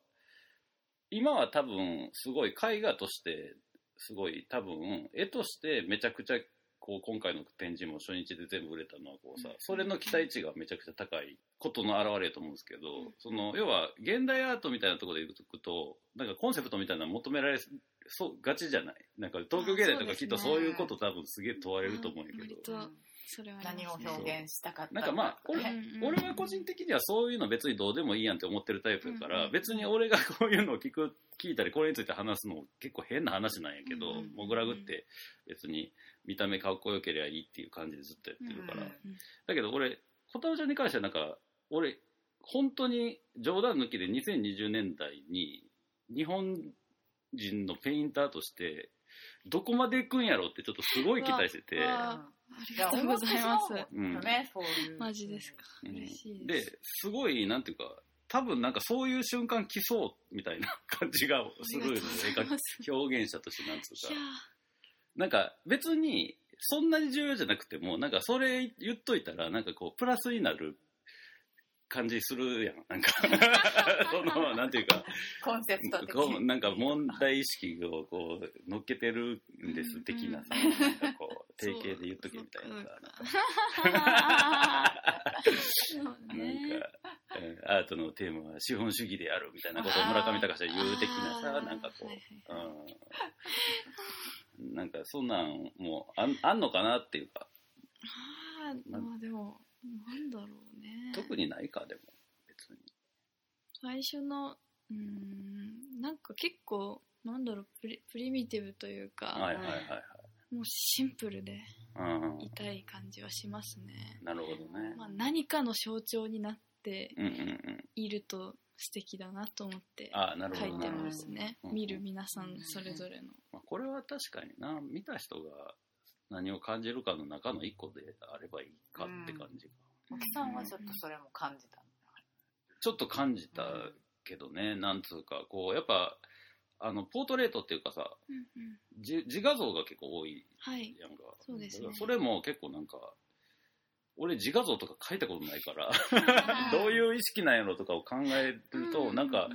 B: 今は多分、すごい絵画として、すごい多分、絵としてめちゃくちゃ、こう、今回の展示も初日で全部売れたのは、こうさ
A: うん、
B: それの期待値がめちゃくちゃ高いことの表れやと思うんですけど
C: うん、
B: その、要は、現代アートみたいなところでいくと、なんかコンセプトみたいなの求められそうがちじゃないなんか、東京芸大とかきっとそういうこと多分すげえ問われると思うんやけど
C: 割。とそれは
A: ん
C: あり
A: 何を
C: ますね
A: 表現したかった
B: なんかまあこれ
A: ね
C: うんうん
B: 俺は個人的にはそういうの別にどうでもいいやんって思ってるタイプだか
C: うん
B: ら、
C: うん
B: 別に俺がこういうのを聞く聞いたりこれについて話すのも結構変な話なんやけど、
C: うんうん
B: モグラグって別に見た目かっこよければいいっていう感じでずっとやってるから、
A: うん
C: うん
B: だけど俺小太郎ちゃんに関してはなんか俺本当に冗談抜きで2020年代に日本人のペインターとしてどこまで行くんやろってちょっとすごい期待してて。
C: う
A: うん
C: わありがとうございます。
A: や思ってそう思ったね、そういう。
C: マジですか。
B: うん
C: 嬉しいです。
B: ですごいなんていうか多分なんかそういう瞬間来そうみたいな [LAUGHS] 感じがするのよ
C: ありがとうございます
B: 絵描表現者としてなんつう
C: い
B: か
C: や
B: なんか別にそんなに重要じゃなくてもなんかそれ言っといたらなんかこうプラスになる感じするやん
C: [LAUGHS]
B: なんかそのなんていうか
A: コンセプト的
B: こう
A: に。
B: なんか問題意識をこう乗っけてるんで
C: う
B: す
C: ん
B: 的な
C: [LAUGHS]
B: さ、
C: うん
B: なんかこう定型で言っとけみたいなさ
C: そう
B: なんか、
C: ね。
B: えーアートのテーマは資本主義であるみたいなことを村上隆史は言う的なさ、なんかこう、うん、なんかそんなんもうあんあんのかなっていうか、
C: あーまあでも、なんだろうね。
B: 特にないか、でも、別に。
C: 最初の、うーん、なんか結構、なんだろう、プリプリミティブというか、
B: はいはいはい
C: もうシンプルで
B: はい。うん、
C: 痛い感じはしますね。
B: なるほどね。
C: まあ何かの象徴になって
B: うんうんうん。
C: いると素敵だなと思って
B: ああ、なる
C: 書
B: ほ
C: い
B: ど
C: て
B: ね。
C: ますね。
B: うん
C: 見る皆さんそれぞれの。
B: まあ、これは確かにな、見た人が何を感じるかの中の一個であればいいかって感じか。
A: 沖さんはちょっとそれも感じた。
B: ちょっと感じたけ [LAUGHS] どね、なんつうか、こう、やっぱ、あの、ポートレートっていうかさ、
C: うんうん
B: じ自画像が結構多い
C: はい。
B: やんか
C: そうですね
B: だからそれも結構なんか俺自画像とか書いたことないから [LAUGHS] どう
C: う
B: いう意識なんやろとかを考えると、なんか
C: う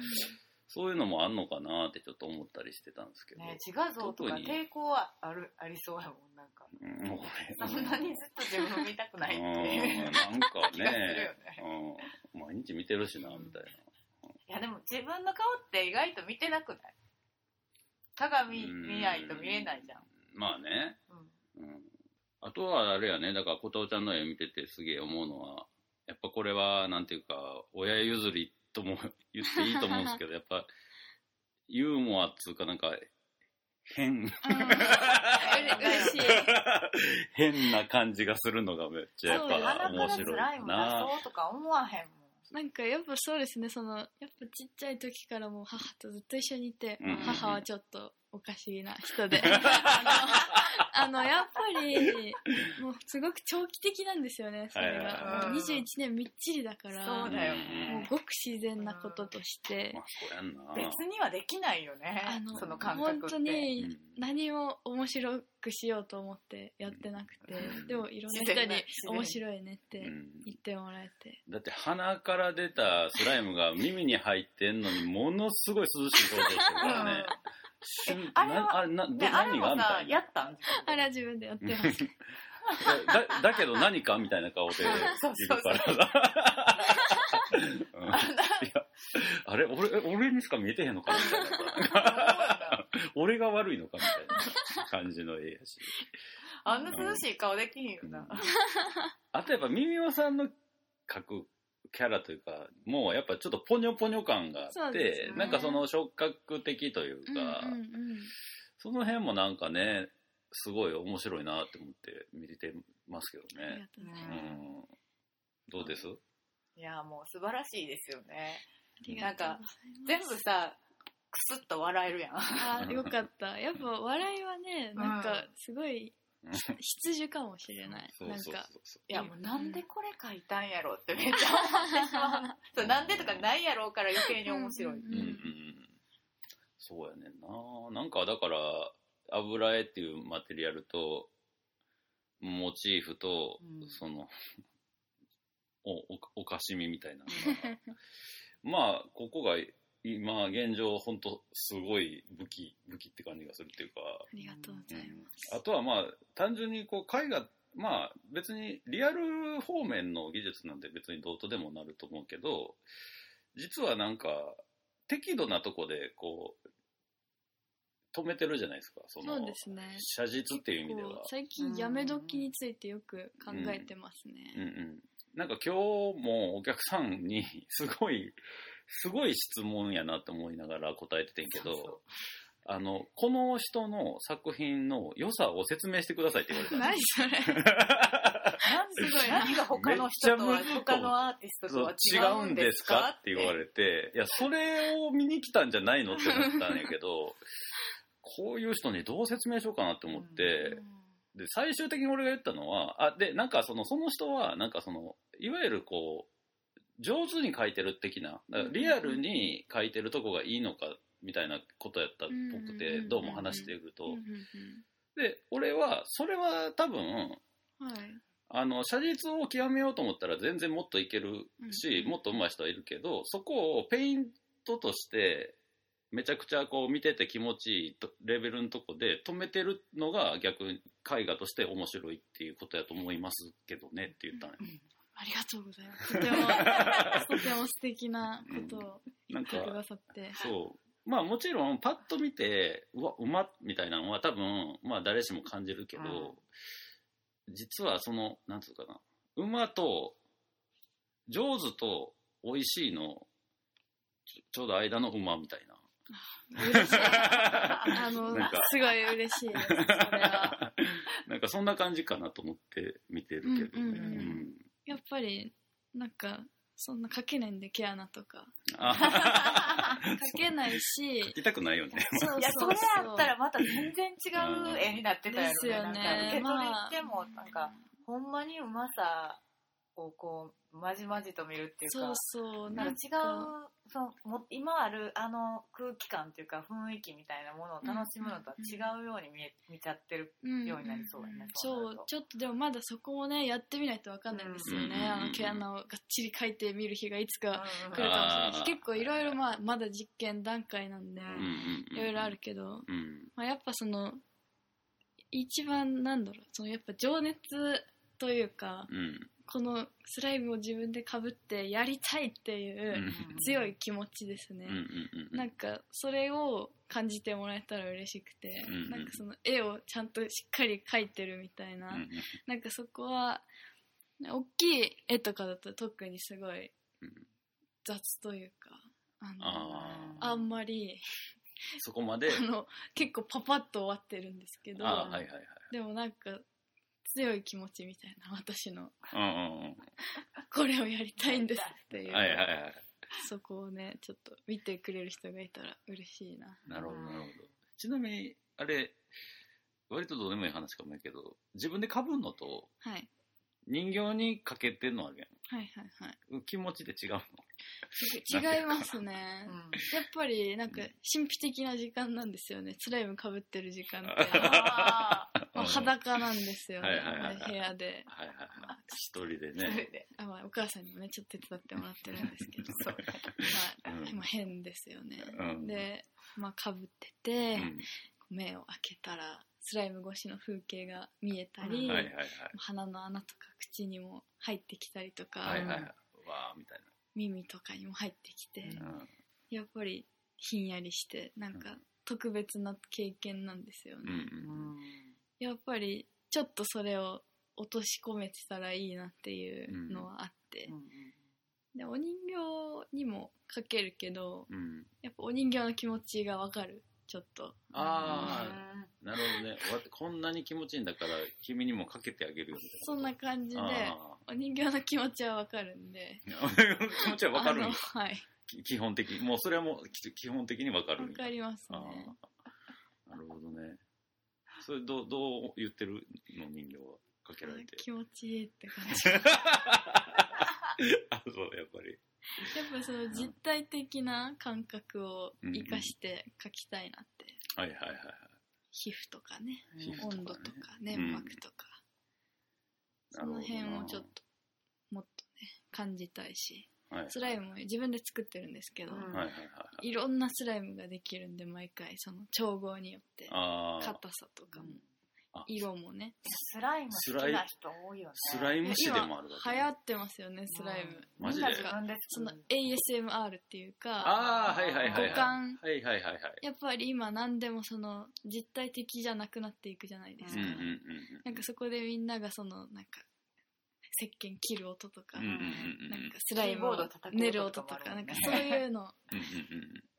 B: そういうのもあんのかなってちょっと思ったりしてたんですけど、
A: ね、自画像とか
B: 特に
A: 抵抗はある、ありそうやもん、なんか。
B: うんもう俺
A: そんなにずっと自分を見たくないっていう
B: うんなんか
A: 気がするよ
B: ね、
A: ね。
B: うん、毎日見てるしなみたい
A: いやでも自分の顔って意外と見てなくない鏡見ないと見えないじゃん。
B: なまあね
A: うん
B: うんあとはあれやね、だから、琴尾ちゃんの絵見ててすげえ思うのは、やっぱこれは、なんていうか、親譲りとも言っていいと思うんですけど、やっぱ、ユーモアっつうかなんか、変、
C: ん嬉しい。
B: 変な感じがするのがめっちゃやっ
C: そう
B: ぱ
A: 鼻か
B: 面
A: ら辛
B: 白
A: い
B: い
A: もん
B: な
A: 出。そうとか思わへんもん。
C: なんかやっぱそうですねそのやっぱちっちゃい時からもう母とずっと一緒にいて、
B: うんうんうん
C: 母はちょっとおかしいな
B: [LAUGHS]
C: 人であのあのやっぱりもうすごく長期的なんですよねそれ
B: はい
A: はいは
C: が
A: い
C: もう21年みっちりだから
A: そうだよ
C: もう
A: ね。
C: ごく自然なこととして
B: まあ、そうやんな。
A: 別にはできないよね
C: あの。
A: その感覚って。
C: 本当
B: う
C: に
B: ん
C: 何も面白くしようと思ってやってなくて、
B: うん
C: でもいろんな
A: 自
C: 人
A: 然な
C: に
A: 自然な
C: 面白いねって
B: うん
C: 言ってもらえて、
B: だって鼻から出たスライムが耳に入ってんのにものすごい涼しい表情してるからね。
A: えあれは
B: なあれなど
A: ね、あれ
B: 何が
A: も
B: みた
A: さ
B: い、な
A: やったん
C: あれは自分でやって
B: [LAUGHS]
C: ます
B: だだけど何かみたいな顔でいるから。うんいやあれ俺俺にしか見えてへんのかみたいなさ俺が悪いのかみたいな感じの絵やし
A: あんな涼しい顔できひんよな。
B: あとやっぱミミオさんの描くキャラというかもうやっぱちょっとポニョポニョ感があ
C: そう
B: っ
C: です
B: て、
C: ね
B: なんかその触覚的というか、
C: うんうんうん
B: その辺もなんかねすごい面白いなって思って見てますけど
C: あり
B: ね
C: が、とうござい
B: うん
C: ます。
B: どうです、
A: いや、もう素晴らしいですよね。
C: ありがとうございます
A: 全部さ、くすっと笑えるやん。
C: あーよかったやっぱ笑いはねなんか
A: う
C: すごい
B: うん
C: 必需かもしれない
B: そう
C: なん
B: そうそう
C: か
B: そう
A: いや、もうなんでこれ書いたんやろってめっちゃ思ってしまう。そう、なんでとかないやろうから余計に面白い。
B: うんうんうんそうやねんななんかだから油絵っていうマテリアルとモチーフと、
A: うん
B: そのおおおかしみみたいな
C: [LAUGHS]
B: のがまあここが今現状ほんとすごい武器武器って感じがするっていうか、
C: ありがとうございま
B: あとはまあ単純にこう絵画まあ別にリアル方面の技術なんて別にどうとでもなると思うけど実はなんか適度なとこでこう止めてるじゃないですかそ
C: す
B: の
C: そうですね
B: 写実っていう意味では
C: こう最近やめ時についてよく考えてます
B: うんう
C: ね
B: んなんか今日もお客さんに [LAUGHS] すごいすごい質問やなと思いながら答えててんけど
A: そうそう
B: あのこの人の作品の良さを説明してくださいって言われたんですよ
C: 何それ [LAUGHS]
A: なんすごい何が他の人とは
B: めっちゃむずい
A: 他のアーティスト
B: そ
A: と
B: う
A: は
B: 違
A: 違
B: う
A: うん
B: ん
A: で
B: ですす
A: か
B: か
A: っ
B: ってて
A: 言
B: 言
A: わ
B: わ
A: れ
B: れて、いや、それを見に来たんじゃないのって思ったんやけ
C: [LAUGHS]
B: ど、こういう人にどう説明しようかなって思って、
A: て
B: で、最終的に俺が言ったのは、あ、で、なんかその、その人は、なんかその、いわゆるこう、上手に書いてる的な、だからリアルに書いてるとこがいいのか、みたいなことやったっぽく
C: うんうん
B: て
C: うんう、ん
B: どうも話していると
C: うん。うん
B: で、俺は、それは多分、
C: うんはい
B: あの写実を極めようと思ったら全然もっといけるし、
C: うん
B: もっと上手い人はいるけどそこをペイントとしてめちゃくちゃこう見てて気持ちいいとレベルのとこで止めてるのが逆に絵画として面白いっていうことやと思いますけどねって言ったのよ、
C: ありがとうございますとてもとても素敵なことを
B: な
C: 言
B: ん
C: って
B: か
C: くだ
B: [LAUGHS]
C: さって
B: そうまあもちろんパッと見てうわうまっみたいなのは多分まあ誰しも感じるけど、実はそのなんつうかな馬と上手と美味しいのちょちょうど間の馬みたい
C: [LAUGHS]
B: な
C: 嬉しいあの
B: なんか
C: すごい嬉しいですそれは
B: [LAUGHS] なんかそんな感じかなと思って見てるけどね、
C: うんうんうん
B: うん
C: やっぱりなんかそんな書けないんで毛穴とか [LAUGHS]
B: あ
C: 書けな
B: [LAUGHS]
C: いし
B: 書きたくないよね
C: そう
A: いや、それやったらまた全然違う絵になってたや
C: ですよ
A: ろね。なんか受
C: ね
A: け取りっても、
C: まあ
A: なんか、ほんまにうまさをこう、まじまじと見るっていう
C: そ
A: か
C: う、そう
A: な
C: なん
A: か
C: ん
A: 違
C: か
A: う、そのも今あるあの空気感っていうか雰囲気みたたいなものを楽しむのとは違うように見え見ちゃってる。
C: うん
A: ようになりそうやねそうなる
C: そう
A: と
C: ちょっとでもまだそこをねやってみないとわかんないんですよね、
B: うん
C: あの毛穴をがっちり書いてみる日がいつ
A: うん
C: か
A: うん
C: 来るかもしれない
B: あ
C: し
B: ー
C: 結構いろいろまあまだ実験段階なんで
B: うんうんうん
C: いろいろあるけど、
B: うん
C: まあ、やっぱその一番なんだろうそのやっぱ情熱というか
B: うん
C: このスライムを自分でかぶってやりたいっていううん強い気持ちですね、
B: うんうんうん
C: なんかそれを感じてもらえたら嬉しくて、
B: うんうん
C: なんかその絵をちゃんとしっかり描いてるみたいな、
B: うんうん
C: なんかそこは大きい絵とかだと特にすごい
B: うん
C: 雑というかあの
A: ー
B: あ
C: あんまり
B: そこ
C: [LAUGHS]
B: まで
C: あの結構パパッと終わってるんですけど
B: あーはいはいはい
C: でもなんか強い気持ちみたいな私の
B: うんうんうん
C: これをやりたいんですっていう、
B: はいはいはい。
C: そこをねちょっと見てくれる人がいたら嬉しいな
B: なるほど、
A: うん
B: なるほど。ちなみに、あれ、割とどうでもいい話かもやけど、自分で被るのと
C: はい
B: 人形にかけてんのあるや
C: はいはいはい
B: ん。気持ちで違うの。
C: ち違いますね
A: う
C: やっ
A: ん
C: ぱりなんか神秘的な時間なんですよねスライムかぶってる時間って
A: あー
C: まあ
B: [LAUGHS] うんはい
C: 裸なんですよね、
B: はいはいはいはい
C: 部屋で
B: はいはい。一人で [LAUGHS]
A: それ
B: ね。
A: で
C: あ、まあ、お母さんにもねちょっと手伝ってもらってるんですけど
A: そう
C: まあ
B: うん
C: まあ変ですよね、
B: うん
C: でまあかぶって
B: う
C: て、
B: ん
C: 目を開けたらスライム越しの風景が見えた
A: う
C: り、
A: ん
B: はいはいはい。
C: 鼻の穴とか口にも入ってきたりとか、
B: はいはいはい。わーみたい
C: 耳とかにも入ってきて、
B: な。
C: やっぱりひんやりしてなんか
B: うん
C: 特別な経験なんですよね、
B: うん
A: う
C: やっぱりちょっとそれを落とし込めてたらいいなっていうのはあって、
A: ん
C: でお人形にもかけるけど
B: うんうん
C: やっぱお人形の気持ちがわかるちょっと
B: ああなるほどねわこんなに気持ちいいんだから君にもかけてあげるよ
C: そんな感じで
B: あ
C: お人形の気持ちはわかるんで
B: ー [LAUGHS] 気持ちはわかる
C: あ
B: んだ
C: のはい
B: き基本的にもうそれはもうき基本的にわかる
C: わ
B: んだ
C: かります
B: あ
C: ね
B: [LAUGHS] あなるほどねそれどうどう言ってるの人形はかけられて
C: 気持ちいいって感
B: [LAUGHS]
C: じ
B: あ [LAUGHS] そうやっぱり
C: やっぱその実体的な感覚を生かして描きたいなって、
B: はいはいはいはい
C: 皮膚とかね
B: 皮膚とかね
C: 温度とか粘膜とか、
B: な
C: そ
B: るほ
C: の
B: どな
C: 辺をちょっともっとね感じたいし
B: はい
C: スライムも自分で作ってるんですけど、
A: うん
B: はいはいはいはい
C: いろんなスライムができるんで毎回その調合によって
B: ああ
C: 硬さとかも
B: あ
C: 色もね
A: スライム好きな人多いよね。
B: スライム師でもあるわけ
C: 流行ってますよねスライム、
A: うん
B: マジ
A: み
B: で
A: んな自分で
C: その
A: 作る
C: ASMR っていうか
B: ああはいはいはいはい
C: 五感
B: はいはいはいはい
C: やっぱり今何でもその実体的じゃなくなっていくじゃないです
B: うん
C: か、
B: うんうん
C: なんかそこでみんながそのなんか石鹸切る音とか、
B: うんうんうんうん
C: なんかスライムを
A: キーボード叩く音とかもあるもんね
C: 練る音とかなんかそういうの
B: うんうん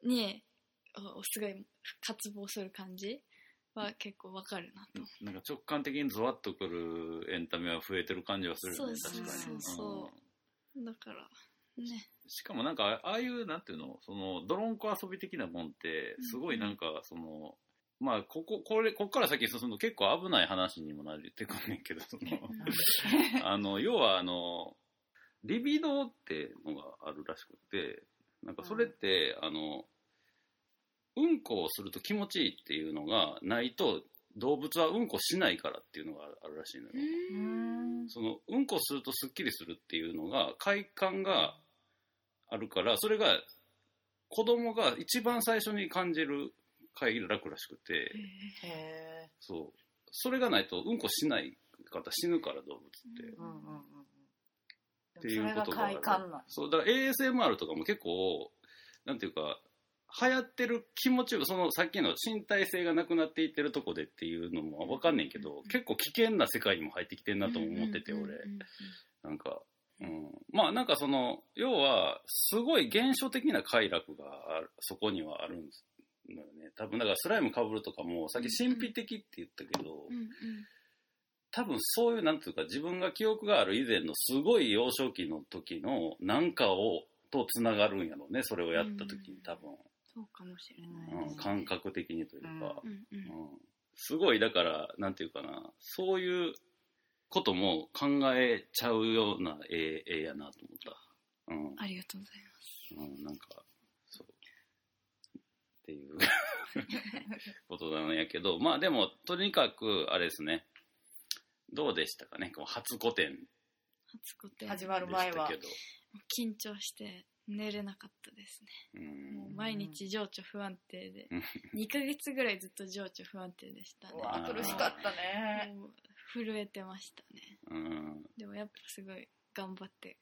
B: うん
C: におすごい渇望する感じは結構わかるなと
B: なんか直感的にゾワッとくるエンタメは増えてる感じはするよね
C: そう
B: 確
A: そう
B: かに
A: そう
C: そ
B: ん
C: だからね
B: しかもなんかああいうなんていうのその泥んこ遊び的なもんってすごいなんかその、まあこここれこっから先進むと結構危ない話にもなってくんねんけどその [LAUGHS] あの、要はあの、リビドーってのがあるらしくて、なんかそれって、あの、うんこをすると気持ちいいっていうのがないと、動物はうんこしないからっていうのがあるらしいのよ。
A: うーん
B: その、うんこするとスッキリするっていうのが、快感があるから、それが、子供が一番最初に感じる快楽らしくて、
A: へ
B: そう。それがないと、うんこしない方死ぬから、動物って。
A: ーうんうんうんうん
B: っていうことが
A: そ
B: ある
A: れが快感なん
B: そう、だから ASMR とかも結構、なんていうか、流行ってる気持ちよ、そのさっきの身体性がなくなっていってるとこでっていうのもわかんねんけど、結構危険な世界にも入ってきてんなとも思ってて、俺。なんか、うん。まあなんかその、要は、すごい現象的な快楽があるそこにはあるんです。のよね、多分だからスライム被るとかもさっき神秘的って言ったけど、
C: うんうん
B: 多分そういう、なんていうか、自分が記憶がある以前のすごい幼少期の時のなんかを、とつながるんやろうね、それをやった時に多
C: そうかもしれ
B: 分、
C: な
B: う
C: い
B: ん
C: ですね
B: 感覚的にというか、
C: うんうん
B: うんすごい、だから、なんていうかな、そういうことも考えちゃうような絵絵やなと思っ
C: ありがとうございます
B: た。うん、うん、なんか、そう。っていうことなんやけど、まあでも、とにかく、あれですね、どうでしたかね、こう初個展
C: 初コテ
A: 始まる
B: で
A: 前
B: した
A: は
B: けど、
C: 緊張して寝れなかったですね
B: う、
C: もうん毎日情緒不安定で
B: うん
C: 2ヶ月ぐらいずっと情緒不安定でしたね
A: うわ
B: あー
A: 苦しかったね
C: もう震えてましたね
B: うん、
C: でもやっぱすごい頑張って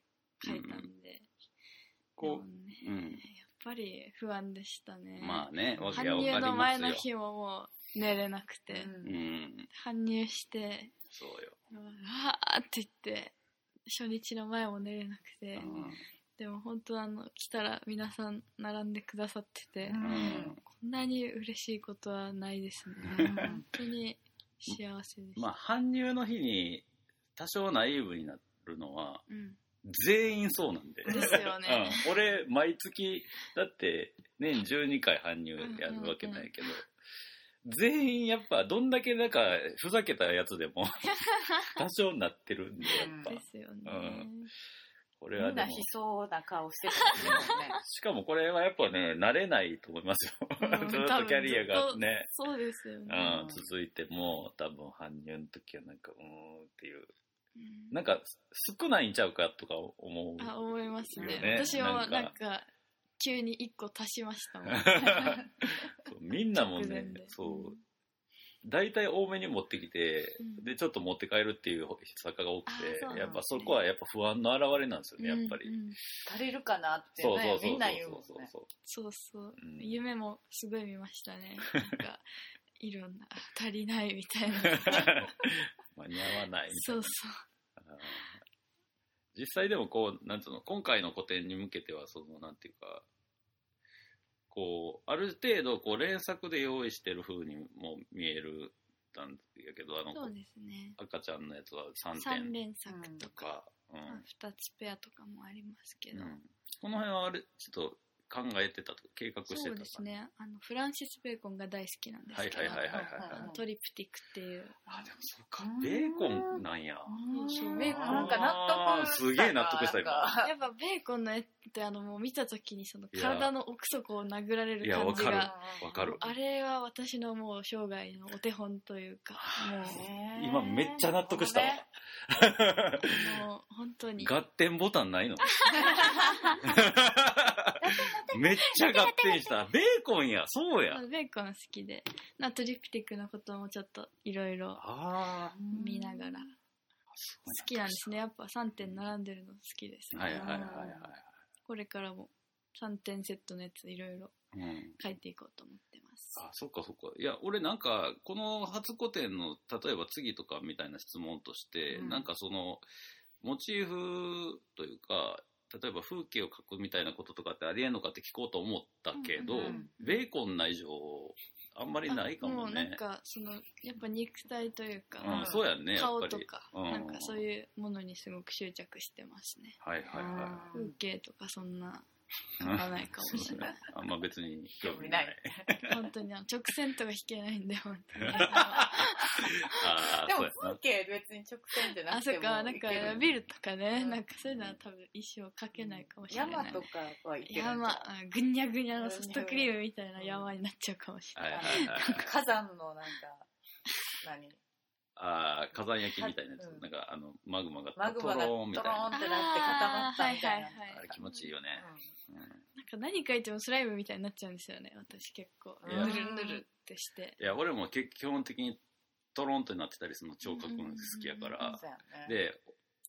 C: 書いたんで、
B: こ
C: でもね
B: う、うん、
C: やっぱり不安でしたね
B: まあね、わ
C: 搬
B: けはわか
C: 入の前
B: りま
C: の
B: すよ。
C: 日ももう寝れなくて、
A: うん
B: うん、
C: 搬入して
B: そうよ。
C: うわーって言って初日の前も寝れなくて、でも本当あの来たら皆さん並んでくださってて、
A: うん
C: こんなに嬉しいことはないです
A: [LAUGHS] う
C: ね
A: ん
C: 本当に幸せで
B: うん、
C: す、
B: まあ、搬入の日に多少ナイーブになるのは、
C: うん、
B: 全員そうなんで。
C: ですよね、
B: うん、俺、毎月、だって、年12回搬入やるわけないけど、全員やっぱ、どんだけなんか、ふざけたやつで
C: [LAUGHS]
B: も、多少なってるんで、やっぱ
A: うん
C: で。すよね、
B: うんこれ
A: み
B: は
A: ん
B: で
A: な
B: も
A: 悲、壮な顔して
B: [LAUGHS]
A: た
B: しかもこれはやっぱね、慣れないと思いますよ。
C: う
B: [LAUGHS]
C: ん
B: ずっとキャリア
C: 多分ず
B: が
C: っと
B: ね、
C: そうですよ
B: う
C: ね、
B: ん、続いても、多分搬入の時はなんか、うーんっていう。
C: うん
B: なんか、少ないんちゃうかとか思う。
C: あ思いますね
B: よね
C: 私はなんか
B: なん
C: 急に1個足しましたもん
B: [LAUGHS] そうみんなも
C: 直前
B: ね
C: で、
B: そう、大体多めに持ってきて、
C: うん
B: でちょっと持って帰るっていう作家が多く
C: あーそうなんです
B: て
C: ね
B: やっぱそこはやっぱ不安の表れなんですよねやっぱり、
C: うんうん
A: 足りるかなって、
B: そうそう
A: ね、
B: そう
A: みんな言う
B: そ
A: も
B: うんそう
A: ね。
B: そう、
C: そうそう
B: うん
C: 夢もすごい見ましたねなんかいろんな足りないみたいな [LAUGHS]
B: 間に合わないみたい
C: そう
B: な
C: そ
B: あー実際でもこうなんつうの今回の個展に向けてはそのなんていうかこうある程度こう連作で用意してる風にも見えるたんやけどあ
C: うそ
B: の
C: うですね
B: 赤ちゃんのやつは3点
C: 3連作と
B: とか、うん
C: まあ2つペアとかもありますけど、
B: うんこの辺はあれちょっと考えてたと計画してた
C: そう
B: 感じ
C: ですねあのフランシス・ベーコンが大好きなんです
B: はい
C: けど、
B: はいはいはいはい
C: あの
A: うん
C: トリプティクっていう
B: あでもそうか
A: うん
B: ベーコンなんや
A: うん
C: そうベーコン
A: なんか納得した
B: すげえ納得した今
A: なんか
C: やっぱベーコンの絵ってあのもう見た時にその体の奥底を殴られ
B: い
C: る
B: や
C: 感じが
B: いやわわかる
C: あれは私のもう生涯のお手本というかも
A: ね
B: 今めっちゃ納得したわ
A: ね
C: うもう本当に
B: 合点ボタンないのめっちゃ合点したベーコンやそうや
C: ベーコン好きでなトリプティックのこともちょっといろいろ
B: あ
C: 見ながら好きなんですねやっぱ3点並んでるの好きです、
B: あはいはいはいは
C: これからも3点セットのやついろいろ
B: い、うん、
C: 書いていこうと思ってます
B: あそっかそっかいや俺なんかこの初個展の例えば次とかみたいな質問として、
A: うん
B: なんかそのモチーフというか例えば風景を描くみたいなこととかってありえんのかって聞こうと思ったけど、
A: うんうんうん
B: ベーコンない以上あんまりないかも
C: うなん
B: ね
C: かそのやっぱ肉体というか、
B: うん、そうやんねやっ
C: 顔
B: ぱり
C: とか、
B: うん
C: なんかそういうものにすごく執着してますね
B: はいはいは
A: う
C: 風
A: ん
C: 景とかそんない書かないかもし
B: そう
C: れな
B: ね
C: い
B: [LAUGHS] あんま別に興味
A: 興味
B: な
A: ないい
C: 本当にあの直線とか引けないんで本
A: [LAUGHS]
C: 当に
B: ああ
A: で
B: そ
A: も
B: うやな
A: 風景別に直線じゃ
C: あ
A: なく
C: そ
A: て
C: っ
A: も
C: かなんかビルとかね、
A: うん
C: なんかそういうのは多分一生書けないかもしれない
A: 山とかはいけるんちゃう
C: 山あぐにゃぐにゃのソフトクリームみたいな山になっちゃうかもしれ
B: は
C: ないい、
B: はいはい
A: 火山のなんか何
B: ああ火山焼きみたいなやつ、
A: うん
B: なんかあのマグマが
A: マグマが
B: ト
A: ド
B: ロ
A: ロ
B: ー
A: ー
B: ン
A: ンっ
B: み
A: たて
B: い
A: なっ
B: な
A: て固まったみたいな
C: あーはいはいはい
B: あれ気持ちいいよね、うん
C: なんか何書いてもスライムみたいになっちゃうんですよね私結構
B: い
C: ぬ
B: や
C: るぬるってして
B: いや俺も結基本的にトロンとなってたりするの超かっこいいの好きやか
A: うん
B: ら
A: そうやんね
B: で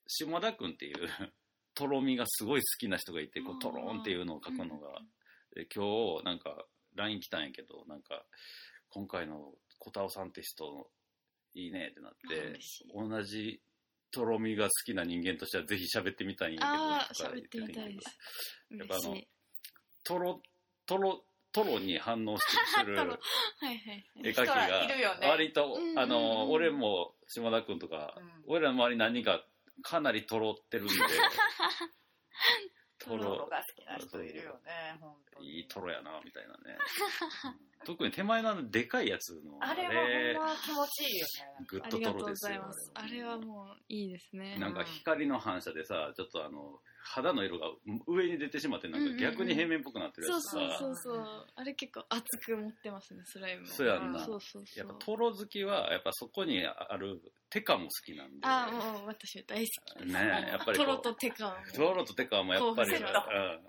B: 下田君っていう [LAUGHS] とろみがすごい好きな人がいてこうトロンっていうのを書くのがで今日なんか LINE 来たんやけどなんか今回の小田尾さんって人いいねってなっ
C: あ
B: て
C: 嬉しい
B: 同じとろみが好きな人間としてはぜひ喋ってみたいんやけど
C: ああ
B: とか
C: 喋って
B: 言
C: み
B: ん
C: た
B: やけ
C: い
B: ど
C: です
B: やっ
C: 嬉
B: ぱあ
C: し
B: の
C: い
B: トロトロトロに反応してる
C: トロはいはいは
B: 絵描
C: い [LAUGHS]
B: きが
A: 人はいるよね
B: 割と、
C: うんうんうん
B: あの俺も島田君とか、
A: うん
B: 俺らの周り何人かかなりとろってるん
C: [LAUGHS]
B: でと
A: トロ
B: ろ
A: が好きな人いるよね本当に
B: いいとろやなみたいなね、うん特に手前のあのでかいやつの
A: あれはほんま気持ちいいよね
B: グ
C: あ
B: ッと
C: りが
B: と
C: とう
B: ろ
C: ご
B: です
C: ざい
B: よ
C: ますあれはもういいですね
B: なんか光の反射でさちょっとあの肌の色が上に出てしまってなんか逆に平面っぽくなってるや
C: そう
B: つさ、
C: そうそうそうあれ結構熱く持ってますねスライムを
B: そうやんな
C: そうそうそ
B: やっ
C: う
B: ぱトロ好きはやっぱそこにあるテカも好きなんで
C: ああもう私大好きです
B: ねえやっぱりこ
C: ト
B: う
C: ロとテカはもう
B: ドロとテカもやっぱり、う
A: こう
B: ん、や
A: セッ
B: っ
A: ト